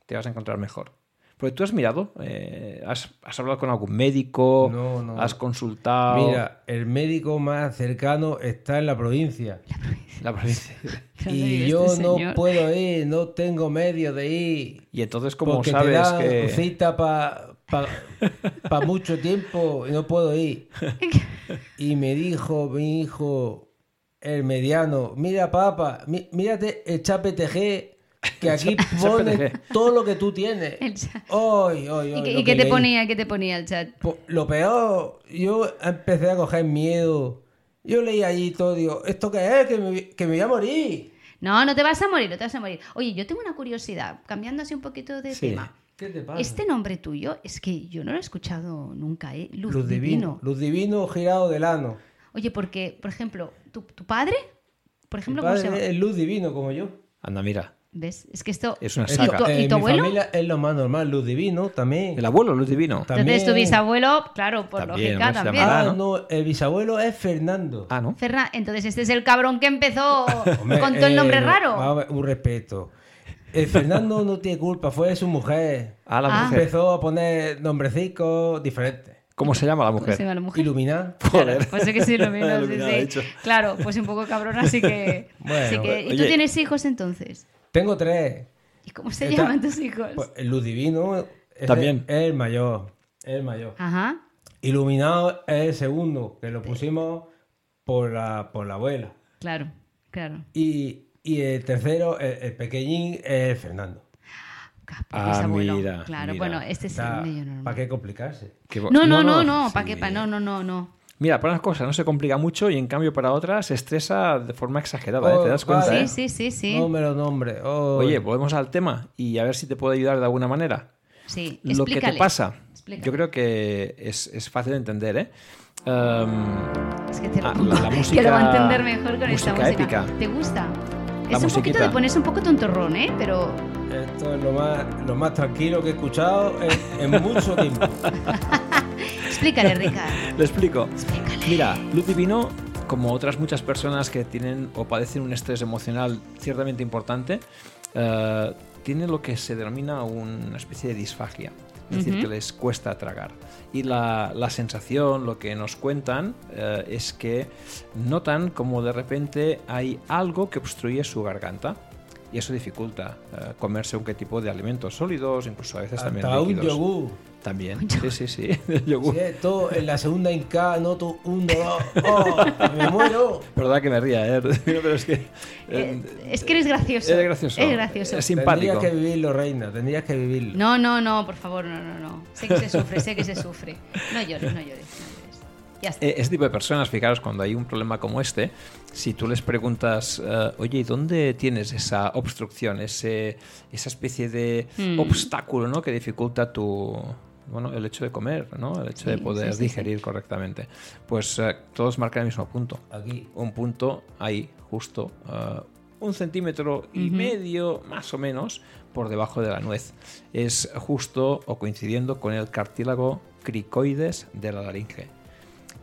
[SPEAKER 2] te vas a encontrar mejor. Porque tú has mirado, eh, has, has hablado con algún médico,
[SPEAKER 4] No, no.
[SPEAKER 2] has consultado.
[SPEAKER 4] Mira, el médico más cercano está en la
[SPEAKER 1] *laughs*
[SPEAKER 4] provincia.
[SPEAKER 2] La *laughs* provincia.
[SPEAKER 4] Y
[SPEAKER 1] Ay,
[SPEAKER 4] yo
[SPEAKER 1] este
[SPEAKER 4] no
[SPEAKER 1] señor.
[SPEAKER 4] puedo ir, no tengo medios de ir.
[SPEAKER 2] Y entonces, como
[SPEAKER 4] porque te
[SPEAKER 2] sabes
[SPEAKER 4] dan
[SPEAKER 2] que.
[SPEAKER 4] cita para mucho tiempo y no
[SPEAKER 1] *laughs*
[SPEAKER 4] puedo ir. Y me dijo mi hijo, el mediano, mira papá, mi- mírate el TG
[SPEAKER 2] *laughs*
[SPEAKER 4] que aquí pone
[SPEAKER 2] PTG.
[SPEAKER 4] todo lo que tú tienes.
[SPEAKER 1] El cha-
[SPEAKER 4] Ay, ay,
[SPEAKER 1] ¿Y
[SPEAKER 4] ay,
[SPEAKER 1] qué,
[SPEAKER 4] lo
[SPEAKER 1] y qué te
[SPEAKER 4] leí.
[SPEAKER 1] ponía? ¿Qué te ponía el chat?
[SPEAKER 4] Po- Lo peor, yo empecé a coger miedo. Yo leí allí todo, digo, ¿esto qué es? Que me, que me voy a morir.
[SPEAKER 1] No, no te vas a morir, no te vas a morir. Oye, yo tengo una curiosidad, cambiando así un poquito de
[SPEAKER 2] Sí.
[SPEAKER 1] tema.
[SPEAKER 4] ¿Qué te pasa?
[SPEAKER 1] Este nombre tuyo es que yo no lo he escuchado nunca, ¿eh? Luz,
[SPEAKER 4] Luz
[SPEAKER 1] Divino.
[SPEAKER 4] divino. Luz divino girado del ano.
[SPEAKER 1] Oye, porque, por ejemplo, ¿tu, tu padre? Por
[SPEAKER 4] Mi
[SPEAKER 1] ejemplo, ¿cómo se llama?
[SPEAKER 4] padre es luz divino como yo.
[SPEAKER 2] Anda, mira.
[SPEAKER 1] ¿Ves? Es que esto...
[SPEAKER 2] Es una
[SPEAKER 1] ¿Y
[SPEAKER 2] saga.
[SPEAKER 1] tu- ¿Y tu,
[SPEAKER 4] Eh, mi
[SPEAKER 1] abuelo?
[SPEAKER 4] familia es lo más normal, luz divino también.
[SPEAKER 2] El abuelo, Luz Divino.
[SPEAKER 4] Ta-
[SPEAKER 1] Entonces tu
[SPEAKER 4] también.
[SPEAKER 1] bisabuelo, claro, por
[SPEAKER 2] También,
[SPEAKER 1] lógica
[SPEAKER 2] hombre, se
[SPEAKER 1] también.
[SPEAKER 2] llamará.
[SPEAKER 4] Ah,
[SPEAKER 2] Ah,
[SPEAKER 4] no, el bisabuelo es Fernando.
[SPEAKER 2] Ah, ¿no?
[SPEAKER 1] Fernan, entonces este es el cabrón que empezó
[SPEAKER 4] *laughs* Hombre,
[SPEAKER 1] con todo el
[SPEAKER 4] eh,
[SPEAKER 1] nombre raro.
[SPEAKER 4] vamos a ver, un respeto. El Fernando no tiene culpa, fue su mujer.
[SPEAKER 2] Ah, la
[SPEAKER 1] Ah.
[SPEAKER 2] mujer.
[SPEAKER 4] Empezó a poner nombrecitos diferentes.
[SPEAKER 2] ¿Cómo se llama la
[SPEAKER 1] ¿Cómo se
[SPEAKER 2] mujer?
[SPEAKER 1] llama la mujer?
[SPEAKER 4] Iluminar.
[SPEAKER 2] Joder.
[SPEAKER 1] Pues es que sí, lo
[SPEAKER 2] *laughs*
[SPEAKER 1] menos, sí,
[SPEAKER 2] Iluminada,
[SPEAKER 1] sí.
[SPEAKER 2] de hecho.
[SPEAKER 1] Claro, pues un poco cabrón, así que...
[SPEAKER 4] *laughs* Bueno,
[SPEAKER 1] así que- ¿Y tú
[SPEAKER 2] oye.
[SPEAKER 1] tienes hijos entonces?
[SPEAKER 4] Tengo tres.
[SPEAKER 1] ¿Y cómo se
[SPEAKER 4] Está-
[SPEAKER 1] llaman tus hijos?
[SPEAKER 4] Pues, el luz divino es,
[SPEAKER 2] También.
[SPEAKER 4] es el mayor. es el mayor.
[SPEAKER 1] Ajá.
[SPEAKER 4] Iluminado es el segundo, que lo pusimos por la, por la abuela.
[SPEAKER 1] Claro, claro.
[SPEAKER 4] Y, y el tercero, el, el pequeñín, es Fernando.
[SPEAKER 1] Ca-
[SPEAKER 2] Ah,
[SPEAKER 1] porque es abuelo.
[SPEAKER 2] mira,
[SPEAKER 1] Claro,
[SPEAKER 2] mira.
[SPEAKER 1] bueno, este es el medio normal.
[SPEAKER 4] ¿Para qué complicarse?
[SPEAKER 2] Qué bo-
[SPEAKER 1] No, no, no, no, para
[SPEAKER 2] sí.
[SPEAKER 1] qué, pa- no, no, no, no.
[SPEAKER 2] Mira, para unas cosas no se complica mucho y en cambio para otras se estresa de forma exagerada, ¿eh?
[SPEAKER 4] Oh,
[SPEAKER 2] ¿Te das cuenta?
[SPEAKER 4] vale.
[SPEAKER 2] eh?
[SPEAKER 1] Sí, sí, sí, sí.
[SPEAKER 4] No me lo nombre. oh.
[SPEAKER 2] Oye, volvemos al tema y a ver si te puedo ayudar de alguna manera.
[SPEAKER 1] sí.
[SPEAKER 2] Lo que te
[SPEAKER 1] explícale,
[SPEAKER 2] pasa,
[SPEAKER 1] explícale.
[SPEAKER 2] yo creo que es, es fácil de entender, ¿eh? Em,
[SPEAKER 1] Es que te lo,
[SPEAKER 2] Ah, la- la
[SPEAKER 1] que lo va a
[SPEAKER 2] música-
[SPEAKER 1] entender mejor con esta
[SPEAKER 2] música
[SPEAKER 1] música.
[SPEAKER 2] épica.
[SPEAKER 1] ¿Te gusta?
[SPEAKER 2] La
[SPEAKER 1] es un poquito
[SPEAKER 2] musiquita.
[SPEAKER 1] de ponerse un poco tontorrón, ¿eh? Pero
[SPEAKER 2] pues-
[SPEAKER 4] Esto es lo más, lo más tranquilo que he escuchado en, en
[SPEAKER 2] *laughs*
[SPEAKER 4] mucho tiempo.
[SPEAKER 1] explícale, Ricardo.
[SPEAKER 2] le explico.
[SPEAKER 1] Explícale.
[SPEAKER 2] Mira, Luz Divino, como otras muchas personas que tienen o padecen un estrés emocional ciertamente importante, eh, tiene lo que se denomina una especie de disfagia. Es decir,
[SPEAKER 1] Ujú.
[SPEAKER 2] que les cuesta tragar. Y la, la sensación, lo que nos cuentan, eh, es que notan como de repente hay algo que obstruye su garganta. Y eso dificulta eh, comerse un qué tipo de alimentos sólidos, incluso a veces también
[SPEAKER 4] Hasta un
[SPEAKER 2] líquidos. Uh.
[SPEAKER 4] yogur.
[SPEAKER 2] También, sí, sí, sí. *laughs* el yogur.
[SPEAKER 4] Sí, todo en la segunda Inca noto un dolor. Oh, *laughs* me muero.
[SPEAKER 2] Verdad que me ría, ¿eh? *laughs* Pero es que.
[SPEAKER 1] Eh,
[SPEAKER 2] eh,
[SPEAKER 1] es que eres gracioso.
[SPEAKER 2] es gracioso.
[SPEAKER 1] Eres gracioso.
[SPEAKER 2] Es simpático.
[SPEAKER 4] Tendrías que vivirlo, reina. Tendrías que vivirlo.
[SPEAKER 1] No, no, no, por favor, no, no, no. Sé que se sufre, sé que se sufre. No llores, no llores, no llores. Ya está.
[SPEAKER 2] Eh, Este tipo de personas, fijaros, cuando hay un problema como este, si tú les preguntas, eh, oye, ¿y dónde tienes esa obstrucción, ese, esa especie de
[SPEAKER 1] Hmm.
[SPEAKER 2] obstáculo ¿no? que dificulta tu, bueno, el hecho de comer, ¿no? El hecho de
[SPEAKER 1] Sí,
[SPEAKER 2] poder
[SPEAKER 1] sí, sí,
[SPEAKER 2] digerir correctamente. Pues eh, todos marcan el mismo punto.
[SPEAKER 4] Aquí.
[SPEAKER 2] Un punto ahí, justo, eh, un centímetro y medio, más o menos, por debajo de la nuez. Es justo o coincidiendo con el cartílago cricoides de la laringe.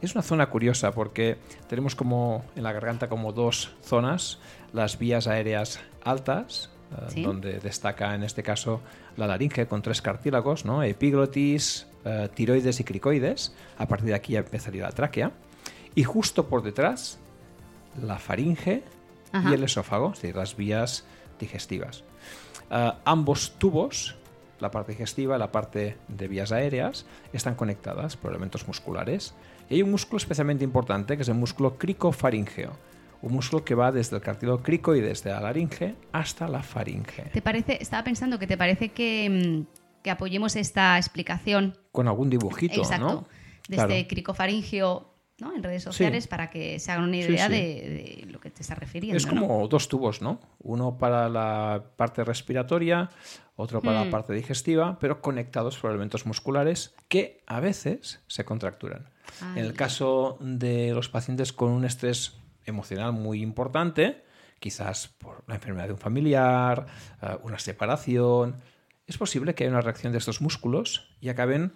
[SPEAKER 2] Es una zona curiosa porque tenemos como en la garganta como dos zonas, las vías aéreas altas, eh,
[SPEAKER 1] Sí.
[SPEAKER 2] donde destaca en este caso la laringe con tres cartílagos, ¿no? epiglotis, eh, tiroides y cricoides. A partir de aquí ya empezaría la tráquea. Y justo por detrás, la faringe
[SPEAKER 1] Ajá.
[SPEAKER 2] y el esófago, es decir, las vías digestivas. Ah, ambos tubos, la parte digestiva y la parte de vías aéreas, están conectadas por elementos musculares. Y hay un músculo especialmente importante que es el músculo cricofaringeo, un músculo que va desde el cartílago crico y desde la laringe hasta la faringe.
[SPEAKER 1] ¿Te parece, estaba pensando que te parece que, mm, que apoyemos esta explicación
[SPEAKER 2] Con algún dibujito,
[SPEAKER 1] exacto
[SPEAKER 2] ¿no?
[SPEAKER 1] de
[SPEAKER 2] Claro.
[SPEAKER 1] este cricofaringio ¿no? en redes sociales para que se hagan una
[SPEAKER 2] Sí,
[SPEAKER 1] idea
[SPEAKER 2] sí.
[SPEAKER 1] De, de lo que te estás refiriendo.
[SPEAKER 2] Es
[SPEAKER 1] ¿no?
[SPEAKER 2] como dos tubos, ¿no? Uno para la parte respiratoria, otro para
[SPEAKER 1] Hmm.
[SPEAKER 2] la parte digestiva, pero conectados por elementos musculares que a veces se contracturan. En
[SPEAKER 1] Ay.
[SPEAKER 2] el caso de los pacientes con un estrés emocional muy importante, quizás por la enfermedad de un familiar, eh, una separación, es posible que haya una reacción de estos músculos y acaben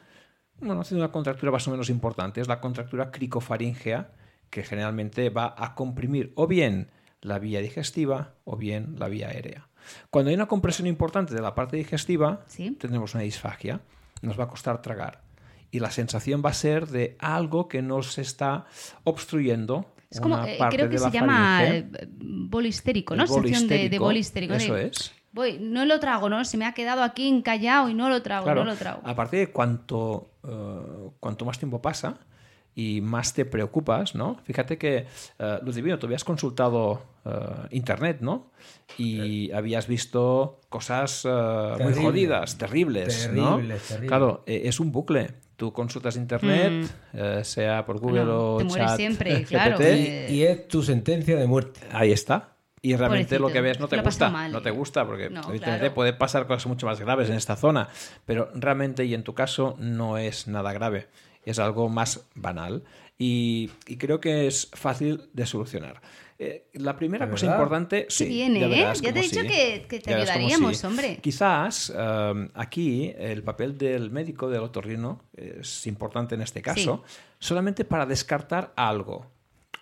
[SPEAKER 2] bueno, haciendo una contractura más o menos importante. Es la contractura cricofaringea, que generalmente va a comprimir o bien la vía digestiva o bien la vía aérea. Cuando hay una compresión importante de la parte digestiva,
[SPEAKER 1] Sí.
[SPEAKER 2] tendremos una disfagia, nos va a costar tragar. Y la sensación va a ser de algo que nos está obstruyendo.
[SPEAKER 1] Es como,
[SPEAKER 2] una
[SPEAKER 1] eh,
[SPEAKER 2] parte
[SPEAKER 1] creo que
[SPEAKER 2] de la
[SPEAKER 1] se llama
[SPEAKER 2] faringe.
[SPEAKER 1] eh, bol histérico,
[SPEAKER 2] El
[SPEAKER 1] ¿no?
[SPEAKER 2] bol
[SPEAKER 1] Sensación de, de
[SPEAKER 2] histérico,
[SPEAKER 1] bol histérico.
[SPEAKER 2] eso
[SPEAKER 1] de,
[SPEAKER 2] es.
[SPEAKER 1] Voy, no lo trago, ¿no? Se me ha quedado aquí encallado y no lo trago,
[SPEAKER 2] Claro, Ah,
[SPEAKER 1] no lo trago.
[SPEAKER 2] A partir de cuanto, eh, cuanto más tiempo pasa y más te preocupas, ¿no? Fíjate que, eh, Luz Divino, tú habías consultado eh, internet, ¿no? Y habías visto cosas eh, muy
[SPEAKER 4] Terrible.
[SPEAKER 2] jodidas, terribles, ¿no?
[SPEAKER 4] Terribles, terribles.
[SPEAKER 2] Claro, eh, es un bucle. Tú consultas internet, eh, sea por Google
[SPEAKER 1] Mm. Bueno,
[SPEAKER 2] o
[SPEAKER 1] te mueres
[SPEAKER 2] chat *laughs*
[SPEAKER 1] siempre,
[SPEAKER 2] GPT,
[SPEAKER 1] claro. Eh,
[SPEAKER 4] Y, y es tu sentencia de muerte.
[SPEAKER 2] Ahí está. Y realmente
[SPEAKER 1] Pobrecito,
[SPEAKER 2] lo que ves no te
[SPEAKER 1] lo ha
[SPEAKER 2] gusta.
[SPEAKER 1] pasado mal,
[SPEAKER 2] no te
[SPEAKER 1] eh.
[SPEAKER 2] gusta porque
[SPEAKER 1] No,
[SPEAKER 2] evidentemente
[SPEAKER 1] claro.
[SPEAKER 2] puede pasar cosas mucho más graves en esta zona. Pero realmente, y en tu caso, no es nada grave. Es algo más banal. Y, y creo que es fácil de solucionar. Eh, la primera
[SPEAKER 4] ¿De
[SPEAKER 2] cosa
[SPEAKER 4] verdad?
[SPEAKER 2] importante. Sí,
[SPEAKER 1] bien,
[SPEAKER 2] ya
[SPEAKER 1] ¿eh?
[SPEAKER 2] verás
[SPEAKER 1] Ya te
[SPEAKER 2] cómo
[SPEAKER 1] he dicho
[SPEAKER 2] sí.
[SPEAKER 1] que- que te
[SPEAKER 2] Ya verás cómo
[SPEAKER 1] ayudaríamos, hombre.
[SPEAKER 2] Quizás eh, aquí el papel del médico, del otorrino, es importante en este caso, solamente para descartar algo.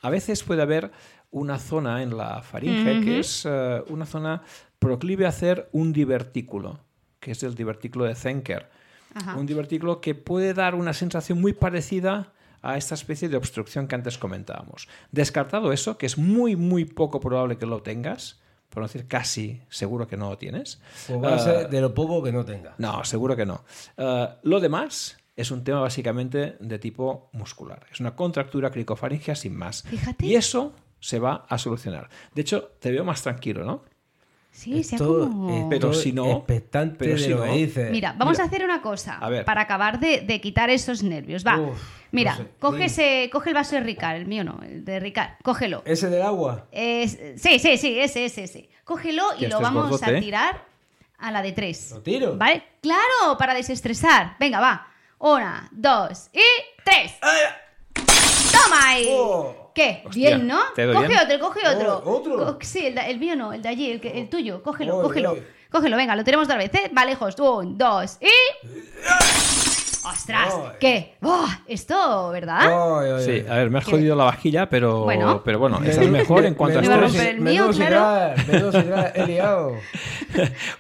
[SPEAKER 2] A veces puede haber una zona en la faringe que es eh, una zona proclive a hacer un divertículo, que es el divertículo de Zenker.
[SPEAKER 1] Ajá.
[SPEAKER 2] Un divertículo que puede dar una sensación muy parecida a esta especie de obstrucción que antes comentábamos. Descartado eso, que es muy, muy poco probable que lo tengas, por no decir casi seguro que no lo tienes.
[SPEAKER 4] Pues va a
[SPEAKER 2] Ah,
[SPEAKER 4] ser de lo poco que no tenga.
[SPEAKER 2] no, seguro que no. Eh, lo demás es un tema básicamente de tipo muscular. Es una contractura cricofaringea sin más.
[SPEAKER 1] Fíjate.
[SPEAKER 2] Y eso se va a solucionar. De hecho, te veo más tranquilo, ¿no?
[SPEAKER 1] Sí, sea
[SPEAKER 4] Estoy-
[SPEAKER 1] como...
[SPEAKER 2] eh, Pero
[SPEAKER 4] estoy
[SPEAKER 2] si no-
[SPEAKER 4] Expectante
[SPEAKER 2] pero
[SPEAKER 4] de
[SPEAKER 2] si
[SPEAKER 4] lo
[SPEAKER 2] no-
[SPEAKER 4] que dices.
[SPEAKER 1] Mira, vamos a hacer una cosa
[SPEAKER 2] A ver.
[SPEAKER 1] para acabar de, de quitar esos nervios. Va,
[SPEAKER 4] Uf,
[SPEAKER 1] mira,
[SPEAKER 4] no sé.
[SPEAKER 1] coge,
[SPEAKER 4] Dime.
[SPEAKER 1] ese- coge el vaso de Ricard, el mío no, el de Ricard, cógelo.
[SPEAKER 4] ¿Ese del agua?
[SPEAKER 1] Es- sí, sí, sí, ese, ese, ese. Cógelo y
[SPEAKER 2] Que
[SPEAKER 1] lo
[SPEAKER 2] este es
[SPEAKER 1] vamos
[SPEAKER 2] gordote,
[SPEAKER 1] a
[SPEAKER 2] ¿eh?
[SPEAKER 1] tirar a la de tres.
[SPEAKER 4] ¿Lo tiro?
[SPEAKER 1] ¿Vale? Claro, para desestresar. Venga, va. Una, dos y tres. ¡Toma ahí!
[SPEAKER 4] Oh.
[SPEAKER 1] ¿Qué?
[SPEAKER 2] Hostia,
[SPEAKER 1] bien, ¿no?
[SPEAKER 2] ¿te doy
[SPEAKER 1] coge
[SPEAKER 2] bien?
[SPEAKER 1] otro, coge otro.
[SPEAKER 4] Oh, ¿otro?
[SPEAKER 1] Co- sí, el, da- el mío no, el de allí, el, que- el tuyo. Cógelo,
[SPEAKER 4] Voy,
[SPEAKER 1] cógelo.
[SPEAKER 4] voy.
[SPEAKER 1] Cógelo, venga, lo tenemos otra vez, ¿eh? Va lejos. Un, dos y. ¡Ostras!
[SPEAKER 4] Ay. Oh.
[SPEAKER 1] ¿Qué? Buah, Esto, ¿verdad?
[SPEAKER 4] Ay, ay,
[SPEAKER 2] Sí, ah,
[SPEAKER 4] ay.
[SPEAKER 2] a ver, me has
[SPEAKER 1] ¿Qué?
[SPEAKER 2] jodido la vajilla, pero
[SPEAKER 1] Bueno.
[SPEAKER 2] bueno, pero bueno estás mejor en cuanto a
[SPEAKER 1] Menudo-
[SPEAKER 2] estrés.
[SPEAKER 1] romper el mío,
[SPEAKER 4] menudo
[SPEAKER 1] claro.
[SPEAKER 4] sidral, menudo sidral, he liado.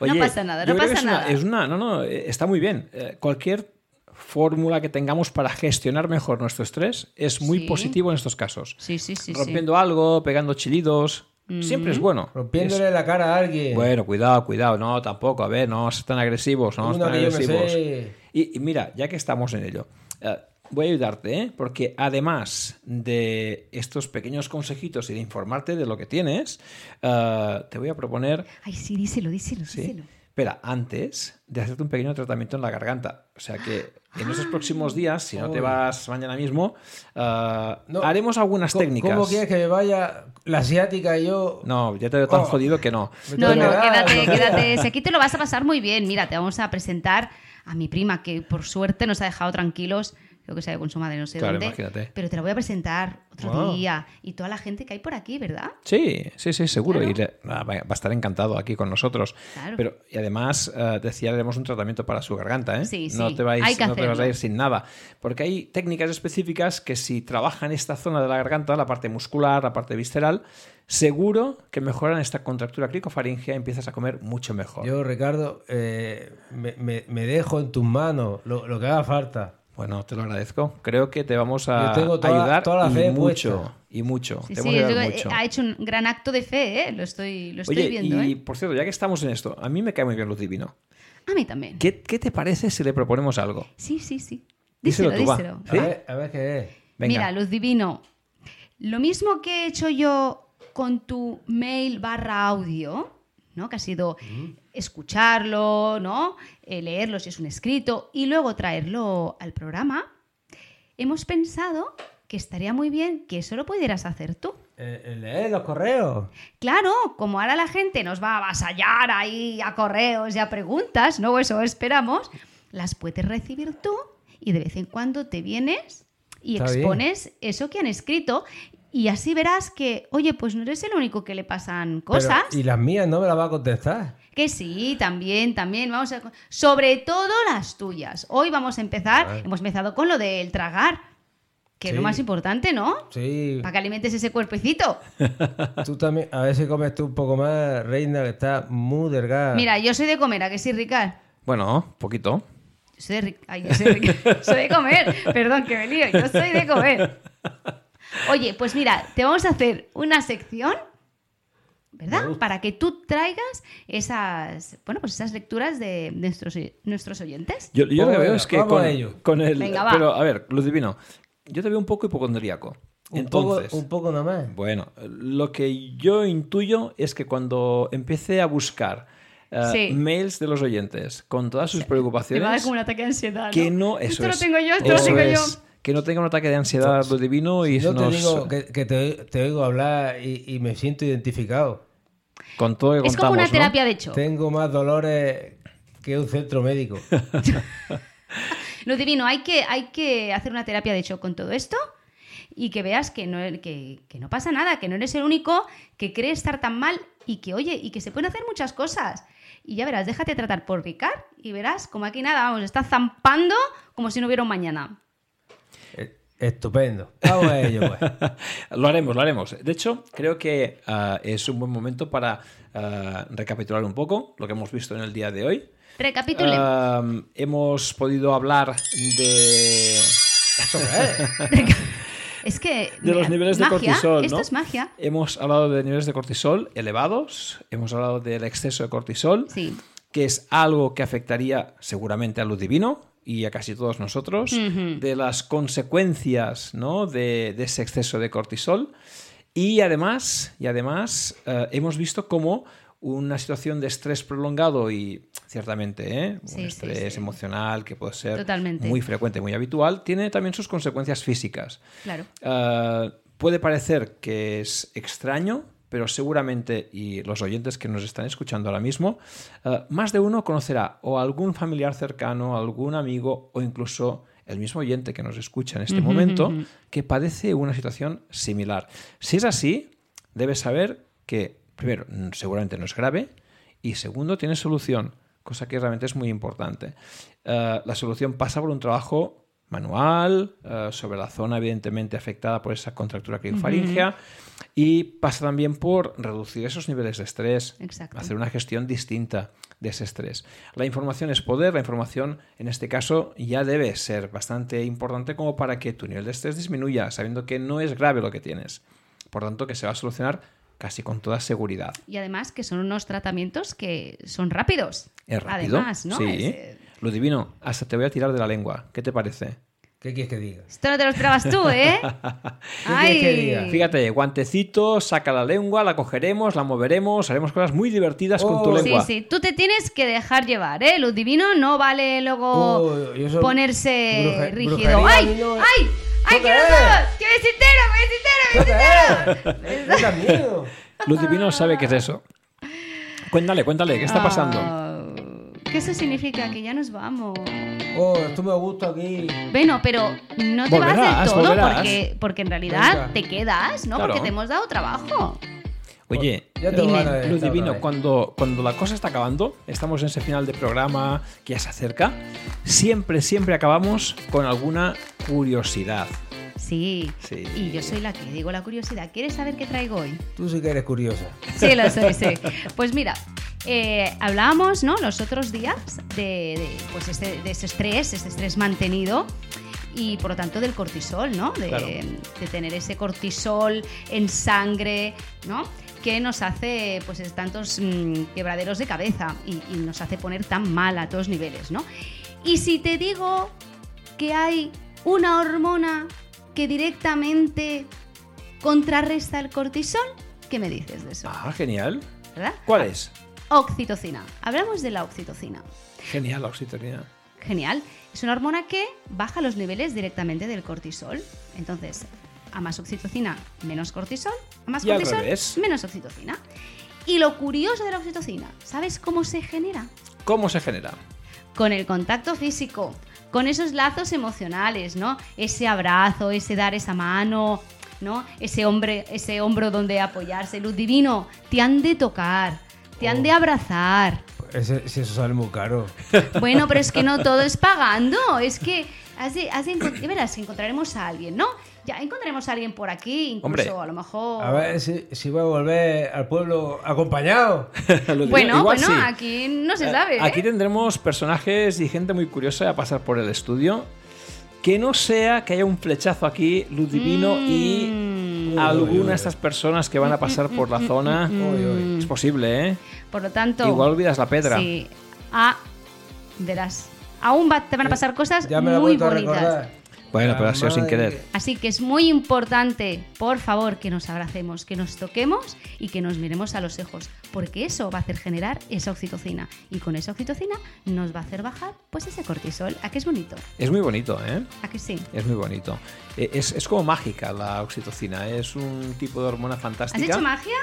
[SPEAKER 1] No pasa nada,
[SPEAKER 2] yo
[SPEAKER 1] no
[SPEAKER 2] creo
[SPEAKER 1] pasa
[SPEAKER 2] que es una-
[SPEAKER 1] nada.
[SPEAKER 2] es una, no, no, eh, está muy bien. Eh, cualquier fórmula que tengamos para gestionar mejor nuestro estrés es muy
[SPEAKER 1] Sí.
[SPEAKER 2] positivo en estos casos.
[SPEAKER 1] Sí, sí, sí. Mm. sí.
[SPEAKER 2] Rompiendo algo, pegando chilidos, siempre es bueno.
[SPEAKER 4] Rompiéndole la cara a alguien.
[SPEAKER 2] Bueno, cuidado, cuidado, no, tampoco, a ver, no sean tan agresivos, no sean
[SPEAKER 4] Uno
[SPEAKER 2] tan
[SPEAKER 4] que yo me
[SPEAKER 2] agresivos.
[SPEAKER 4] sé.
[SPEAKER 2] Y, y mira, ya que estamos en ello, eh, voy a ayudarte, ¿eh? porque además de estos pequeños consejitos y de informarte de lo que tienes, eh, te voy a proponer
[SPEAKER 1] Ay, sí, díselo, díselo,
[SPEAKER 2] Sí.
[SPEAKER 1] díselo.
[SPEAKER 2] Espera, antes de hacerte un pequeño tratamiento en la garganta. O sea que en
[SPEAKER 1] Ah,
[SPEAKER 2] esos próximos días, si no te
[SPEAKER 4] Uy.
[SPEAKER 2] vas mañana mismo, ah,
[SPEAKER 4] No.
[SPEAKER 2] haremos algunas
[SPEAKER 4] ¿Cómo-
[SPEAKER 2] técnicas.
[SPEAKER 4] ¿Cómo quieres que me vaya la asiática y yo?
[SPEAKER 2] No, ya te veo tan
[SPEAKER 4] Oh.
[SPEAKER 2] jodido que no.
[SPEAKER 4] Me
[SPEAKER 1] No,
[SPEAKER 4] tengo
[SPEAKER 1] no,
[SPEAKER 4] que dar,
[SPEAKER 1] quédate,
[SPEAKER 4] no,
[SPEAKER 1] quédate. Si aquí te lo vas a pasar muy bien. Mira, te vamos a presentar a mi prima, que por suerte nos ha dejado tranquilos, creo que se ha ido con su madre, no sé
[SPEAKER 2] Claro,
[SPEAKER 1] dónde.
[SPEAKER 2] imagínate.
[SPEAKER 1] Pero te la voy a presentar otro
[SPEAKER 2] Wow.
[SPEAKER 1] día. Y toda la gente que hay por aquí, ¿verdad?
[SPEAKER 2] Sí, sí, sí, seguro.
[SPEAKER 1] Claro.
[SPEAKER 2] Y le- va va a estar encantado aquí con nosotros.
[SPEAKER 1] Claro.
[SPEAKER 2] Pero, y además, eh, decía, haremos un tratamiento para su garganta, ¿eh?
[SPEAKER 1] Sí,
[SPEAKER 2] No
[SPEAKER 1] sí,
[SPEAKER 2] te, vais,
[SPEAKER 1] hay que
[SPEAKER 2] no te vas a
[SPEAKER 1] hacerlo.
[SPEAKER 2] ir sin nada. Porque hay técnicas específicas que si trabajan esta zona de la garganta, la parte muscular, la parte visceral, seguro que mejoran esta contractura cricofaringea y empiezas a comer mucho mejor.
[SPEAKER 4] Yo, Ricardo, eh, me, me- me dejo en tus manos lo, lo que haga falta.
[SPEAKER 2] Bueno, te lo agradezco. Creo que te vamos a
[SPEAKER 4] Yo tengo toda-
[SPEAKER 2] ayudar
[SPEAKER 4] toda la fe
[SPEAKER 2] y mucho.
[SPEAKER 4] puesta.
[SPEAKER 2] Y mucho.
[SPEAKER 1] Sí,
[SPEAKER 2] te
[SPEAKER 1] sí,
[SPEAKER 2] vamos a
[SPEAKER 1] yo
[SPEAKER 2] ayudar
[SPEAKER 1] creo que
[SPEAKER 2] mucho.
[SPEAKER 1] ha hecho un gran acto de fe, ¿eh? Lo estoy, lo estoy
[SPEAKER 2] Oye,
[SPEAKER 1] viendo,
[SPEAKER 2] y
[SPEAKER 1] ¿eh?
[SPEAKER 2] por cierto, ya que estamos en esto, a mí me cae muy bien Luz Divino.
[SPEAKER 1] A mí también.
[SPEAKER 2] ¿Qué, qué te parece si le proponemos algo?
[SPEAKER 1] Sí, sí, sí.
[SPEAKER 2] Díselo
[SPEAKER 1] Díselo,
[SPEAKER 2] tú, va.
[SPEAKER 1] díselo.
[SPEAKER 4] A,
[SPEAKER 2] ¿Sí?
[SPEAKER 4] ver, a ver qué es.
[SPEAKER 2] Venga.
[SPEAKER 1] Mira, Luz Divino, lo mismo que he hecho yo con tu mail barra audio, ¿no? Que ha sido escucharlo, ¿no? Eh, leerlo si es un escrito y luego traerlo al programa. Hemos pensado que estaría muy bien que eso lo pudieras hacer tú.
[SPEAKER 4] Eh, eh, leer los correos.
[SPEAKER 1] Claro, como ahora la gente nos va a avasallar ahí a correos y a preguntas, ¿no? Eso esperamos. Las puedes recibir tú y de vez en cuando te vienes y
[SPEAKER 4] Está bien.
[SPEAKER 1] expones eso que han escrito y así verás que, oye, pues no eres el único que le pasan cosas.
[SPEAKER 4] Pero, y las mías no me las va a contestar.
[SPEAKER 1] Que sí, también, también. Vamos a... Sobre todo las tuyas. Hoy vamos a empezar,
[SPEAKER 4] Vale.
[SPEAKER 1] hemos empezado con lo del tragar, que es lo
[SPEAKER 4] Sí.
[SPEAKER 1] más importante, ¿no?
[SPEAKER 4] Sí.
[SPEAKER 1] Para que alimentes ese cuerpecito.
[SPEAKER 4] Tú también, a ver si comes tú un poco más, reina, que está muy delgada.
[SPEAKER 1] Mira, yo soy de comer, ¿a que sí, Ricard?
[SPEAKER 2] Bueno, poquito.
[SPEAKER 1] Yo soy de, ri- ay, yo soy de
[SPEAKER 2] *laughs*
[SPEAKER 1] ri- soy de comer, perdón que me lío, yo soy de comer. Oye, pues mira, te vamos a hacer una sección,
[SPEAKER 4] Me
[SPEAKER 1] ¿verdad?
[SPEAKER 4] gusta.
[SPEAKER 1] Para que tú traigas esas, bueno, pues esas lecturas de nuestros, nuestros oyentes.
[SPEAKER 2] Yo, yo lo que
[SPEAKER 4] Venga,
[SPEAKER 2] veo es que
[SPEAKER 4] vamos
[SPEAKER 2] con,
[SPEAKER 4] a ello.
[SPEAKER 2] con el.
[SPEAKER 1] Venga, va.
[SPEAKER 2] Pero a ver, Luz Divino, yo te veo un poco hipocondríaco.
[SPEAKER 4] un
[SPEAKER 2] Entonces,
[SPEAKER 4] poco, un poco nomás.
[SPEAKER 2] bueno, lo que yo intuyo es que cuando empecé a buscar eh,
[SPEAKER 1] Sí.
[SPEAKER 2] mails de los oyentes con todas sus
[SPEAKER 1] Te va a dar
[SPEAKER 2] preocupaciones,
[SPEAKER 1] como un ataque de ansiedad. ¿no?
[SPEAKER 2] que no. Eso
[SPEAKER 1] esto lo
[SPEAKER 2] es,
[SPEAKER 1] tengo yo, esto lo
[SPEAKER 2] eso
[SPEAKER 1] tengo
[SPEAKER 2] es, Que no tenga un ataque de ansiedad Luz Divino y
[SPEAKER 4] Yo te
[SPEAKER 2] nos-
[SPEAKER 4] digo que, que te, te oigo hablar y, y me siento identificado.
[SPEAKER 2] con todo que
[SPEAKER 1] yo. Es como una
[SPEAKER 2] contamos, ¿no?
[SPEAKER 1] terapia de hecho.
[SPEAKER 4] Tengo más dolores que un
[SPEAKER 1] *laughs*
[SPEAKER 4] centro médico.
[SPEAKER 1] Lo divino, hay que, hay que hacer una terapia de shock con todo esto y que veas que no, que, que no pasa nada, que no eres el único que cree estar tan mal y que, oye, y que se pueden hacer muchas cosas. Y ya verás, déjate tratar por Ricard y verás como aquí nada, vamos, está zampando como si no hubiera un mañana.
[SPEAKER 4] Eh, Estupendo. Vamos a ello, pues.
[SPEAKER 2] Lo haremos, lo haremos. De hecho, creo que ah, es un buen momento para ah, recapitular un poco lo que hemos visto en el día de hoy.
[SPEAKER 1] *laughs* Recapitulemos.
[SPEAKER 2] Ah, hemos podido hablar de...
[SPEAKER 4] ¿Eso qué es?
[SPEAKER 1] es que...
[SPEAKER 2] de los
[SPEAKER 1] mira,
[SPEAKER 2] niveles de
[SPEAKER 1] magia,
[SPEAKER 2] cortisol, ¿no?
[SPEAKER 1] Esto es magia.
[SPEAKER 2] *laughs* Hemos hablado de niveles de cortisol elevados, hemos hablado del exceso de cortisol,
[SPEAKER 1] Sí.
[SPEAKER 2] que es algo que afectaría seguramente a luz divino y a casi todos nosotros,
[SPEAKER 1] Ujú.
[SPEAKER 2] de las consecuencias ¿no? de, de ese exceso de cortisol. Y además, y además eh, hemos visto cómo una situación de estrés prolongado y ciertamente ¿eh? un
[SPEAKER 1] Sí, sí,
[SPEAKER 2] estrés
[SPEAKER 1] sí.
[SPEAKER 2] emocional que puede ser
[SPEAKER 1] Totalmente.
[SPEAKER 2] muy frecuente, muy habitual, tiene también sus consecuencias físicas.
[SPEAKER 1] Claro.
[SPEAKER 2] Ah, puede parecer que es extraño, pero seguramente, y los oyentes que nos están escuchando ahora mismo, ah, más de uno conocerá o algún familiar cercano, algún amigo o incluso el mismo oyente que nos escucha en este
[SPEAKER 1] Ujú,
[SPEAKER 2] momento
[SPEAKER 1] ujú.
[SPEAKER 2] que padece una situación similar. Si es así, debes saber que, primero, mm, seguramente no es grave y segundo, tiene solución, cosa que realmente es muy importante. Eh, la solución pasa por un trabajo manual eh, sobre la zona evidentemente afectada por esa contractura criofaringea y pasa también por reducir esos niveles de estrés,
[SPEAKER 1] Exacto.
[SPEAKER 2] hacer una gestión distinta de ese estrés. La información es poder, la información en este caso ya debe ser bastante importante como para que tu nivel de estrés disminuya, sabiendo que no es grave lo que tienes. Por tanto, que se va a solucionar casi con toda seguridad.
[SPEAKER 1] Y además que son unos tratamientos que son rápidos.
[SPEAKER 2] Es rápido.
[SPEAKER 1] Además, ¿no?
[SPEAKER 2] Sí.
[SPEAKER 1] Es, eh,
[SPEAKER 2] Lo divino, hasta te voy a tirar de la lengua. ¿Qué te parece?
[SPEAKER 4] ¿Qué quieres que diga?
[SPEAKER 1] Esto no te lo esperabas tú,
[SPEAKER 2] *laughs*
[SPEAKER 1] ¿eh?
[SPEAKER 4] quieres que diga? Sí.
[SPEAKER 2] Fíjate, guantecito, saca la lengua, la cogeremos, la moveremos, haremos cosas muy divertidas con tu
[SPEAKER 4] Oh.
[SPEAKER 1] Sí,
[SPEAKER 2] lengua.
[SPEAKER 1] sí, tú te tienes que dejar llevar, ¿eh? Luz divino no vale luego
[SPEAKER 4] Oh, yo soy-
[SPEAKER 1] ponerse
[SPEAKER 4] Bruje-
[SPEAKER 1] rígido.
[SPEAKER 4] brujería,
[SPEAKER 1] ¡Ay!
[SPEAKER 4] niño.
[SPEAKER 1] ¡Ay! ¡Ay!
[SPEAKER 4] ¿Tú
[SPEAKER 1] ¡Que
[SPEAKER 2] eh.
[SPEAKER 4] qué
[SPEAKER 1] no
[SPEAKER 4] eres?
[SPEAKER 1] puedo! ¡Que me sintero, ¡Que me sintero,
[SPEAKER 4] ¡No te das miedo!
[SPEAKER 2] Luz Divino sabe qué es eso. Cuéntale, cuéntale, ¿qué está
[SPEAKER 1] me
[SPEAKER 2] pasando?
[SPEAKER 1] sintero! Oh, Que eso significa que ya nos vamos.
[SPEAKER 4] Oh, esto me gusta aquí.
[SPEAKER 1] Bueno, pero no te vas
[SPEAKER 2] Volverás,
[SPEAKER 1] del todo
[SPEAKER 2] volverás.
[SPEAKER 1] porque, porque en realidad
[SPEAKER 4] Venga.
[SPEAKER 1] te quedas, ¿no?
[SPEAKER 2] Claro.
[SPEAKER 1] Porque te hemos dado trabajo.
[SPEAKER 2] Oye,
[SPEAKER 4] Ya tengo
[SPEAKER 1] Dime.
[SPEAKER 4] ganas de
[SPEAKER 2] Lo
[SPEAKER 4] estar otra
[SPEAKER 2] divino,
[SPEAKER 4] vez.
[SPEAKER 2] cuando, cuando la cosa está acabando, estamos en ese final de programa que ya se acerca, siempre, siempre acabamos con alguna curiosidad.
[SPEAKER 1] Sí.
[SPEAKER 2] Sí.
[SPEAKER 1] Y yo soy la que digo la curiosidad. ¿Quieres saber qué traigo hoy?
[SPEAKER 4] Tú sí que eres curiosa.
[SPEAKER 1] Sí, lo soy, sí. Pues mira, eh, hablábamos, ¿no? Los otros días de, de, pues este, de ese estrés, ese estrés mantenido y por lo tanto del cortisol, ¿no? De,
[SPEAKER 2] Claro.
[SPEAKER 1] de tener ese cortisol en sangre, ¿no? que nos hace pues es- tantos mm, quebraderos de cabeza y, y nos hace poner tan mal a todos niveles, ¿no? Y si te digo que hay una hormona que directamente contrarresta el cortisol, ¿qué me dices de eso?
[SPEAKER 2] Ah, genial.
[SPEAKER 1] ¿Verdad?
[SPEAKER 2] ¿Cuál es?
[SPEAKER 1] Oxitocina. Hablamos de la oxitocina.
[SPEAKER 2] Genial la oxitocina.
[SPEAKER 1] Genial. Es una hormona que baja los niveles directamente del cortisol. Entonces, a más oxitocina, menos cortisol. A más
[SPEAKER 2] Y al
[SPEAKER 1] cortisol,
[SPEAKER 2] revés.
[SPEAKER 1] menos oxitocina. Y lo curioso de la oxitocina, ¿sabes cómo se genera?
[SPEAKER 2] ¿Cómo se *laughs* genera?
[SPEAKER 1] Con el contacto físico, con esos lazos emocionales, ¿no? Ese abrazo, ese dar esa mano, ¿no? Ese, hombre, ese hombro donde apoyarse. Luz divino, te han de tocar, te han
[SPEAKER 2] Oh.
[SPEAKER 1] de abrazar.
[SPEAKER 4] Ese- si eso sale muy caro.
[SPEAKER 1] Bueno, pero es que no todo es pagando. Es que has de, has de encon- de veras que encontraremos a alguien, ¿no? Ya encontraremos a alguien por aquí, incluso
[SPEAKER 2] Hombre.
[SPEAKER 1] a lo mejor.
[SPEAKER 4] A ver si, si voy a volver al pueblo acompañado.
[SPEAKER 2] Lo digo,
[SPEAKER 1] bueno,
[SPEAKER 2] igual
[SPEAKER 1] bueno,
[SPEAKER 2] sí.
[SPEAKER 1] aquí no se sabe. ¿eh?
[SPEAKER 2] Aquí tendremos personajes y gente muy curiosa a pasar por el estudio. Que no sea que haya un flechazo aquí, luz divino y
[SPEAKER 1] Mm.
[SPEAKER 2] alguna de estas personas que van a pasar
[SPEAKER 1] *laughs*
[SPEAKER 2] por la zona.
[SPEAKER 4] Uy, uy.
[SPEAKER 2] Es posible, ¿eh?
[SPEAKER 1] Por lo tanto.
[SPEAKER 2] Igual olvidas la pedra.
[SPEAKER 1] Sí. Ah, verás. Aún va- te van a pasar cosas
[SPEAKER 4] Ya me lo he
[SPEAKER 1] muy
[SPEAKER 4] vuelto a
[SPEAKER 1] bonitas.
[SPEAKER 4] recordar.
[SPEAKER 2] Bueno,
[SPEAKER 4] La
[SPEAKER 2] pero ha sido sin
[SPEAKER 4] madre
[SPEAKER 2] querer.
[SPEAKER 1] Así que es muy importante, por favor, que nos abracemos, que nos toquemos y que nos miremos a los ojos, porque eso va a hacer generar esa oxitocina. Y con esa oxitocina nos va a hacer bajar pues ese cortisol. ¿A que es bonito?
[SPEAKER 2] Es muy bonito, ¿eh?
[SPEAKER 1] ¿A que sí?
[SPEAKER 2] Es muy bonito. Eh, Es, es como mágica la oxitocina. Es un tipo de hormona
[SPEAKER 1] ¿Has
[SPEAKER 2] fantástica.
[SPEAKER 1] hecho magia?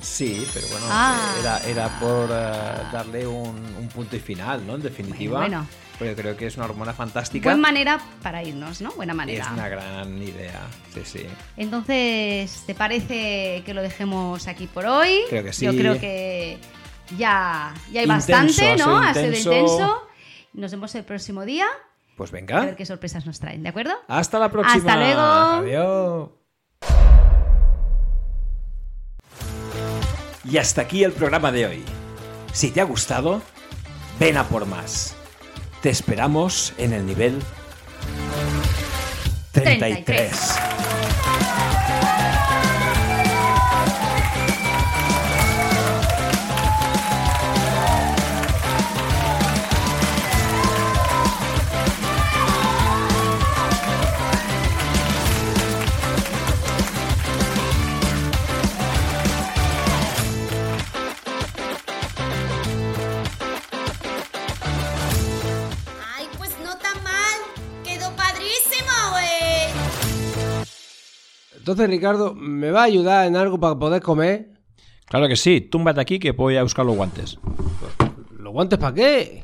[SPEAKER 2] Sí, pero bueno,
[SPEAKER 1] Ah.
[SPEAKER 2] eh, era, era por eh, darle un, un punto y final, ¿no? En definitiva.
[SPEAKER 1] Bueno, bueno.
[SPEAKER 2] Pero yo creo que es una hormona fantástica.
[SPEAKER 1] Buena manera para irnos, ¿no? Buena manera.
[SPEAKER 2] Es una gran idea. Sí, sí.
[SPEAKER 1] Entonces, ¿te parece que lo dejemos aquí por hoy?
[SPEAKER 2] Creo que sí.
[SPEAKER 1] Yo creo que ya, ya hay
[SPEAKER 2] Intenso,
[SPEAKER 1] bastante,
[SPEAKER 2] ha sido
[SPEAKER 1] ¿no? Ha sido
[SPEAKER 2] intenso.
[SPEAKER 1] intenso. Nos vemos el próximo día.
[SPEAKER 2] Pues
[SPEAKER 1] A
[SPEAKER 2] venga.
[SPEAKER 1] ver qué sorpresas nos traen, ¿de acuerdo?
[SPEAKER 2] Hasta la próxima.
[SPEAKER 1] Hasta luego.
[SPEAKER 4] Adiós.
[SPEAKER 2] Y hasta aquí el programa de hoy. Si te ha gustado, ven a por más. Te esperamos en el nivel 33.
[SPEAKER 1] 33.
[SPEAKER 5] Ay, pues no tan mal. Quedó padrísimo, güey.
[SPEAKER 4] Entonces, Ricardo, ¿me va a ayudar en algo para poder comer?
[SPEAKER 2] Claro que sí, túmbate aquí que voy a buscar los guantes.
[SPEAKER 4] ¿Los guantes para qué?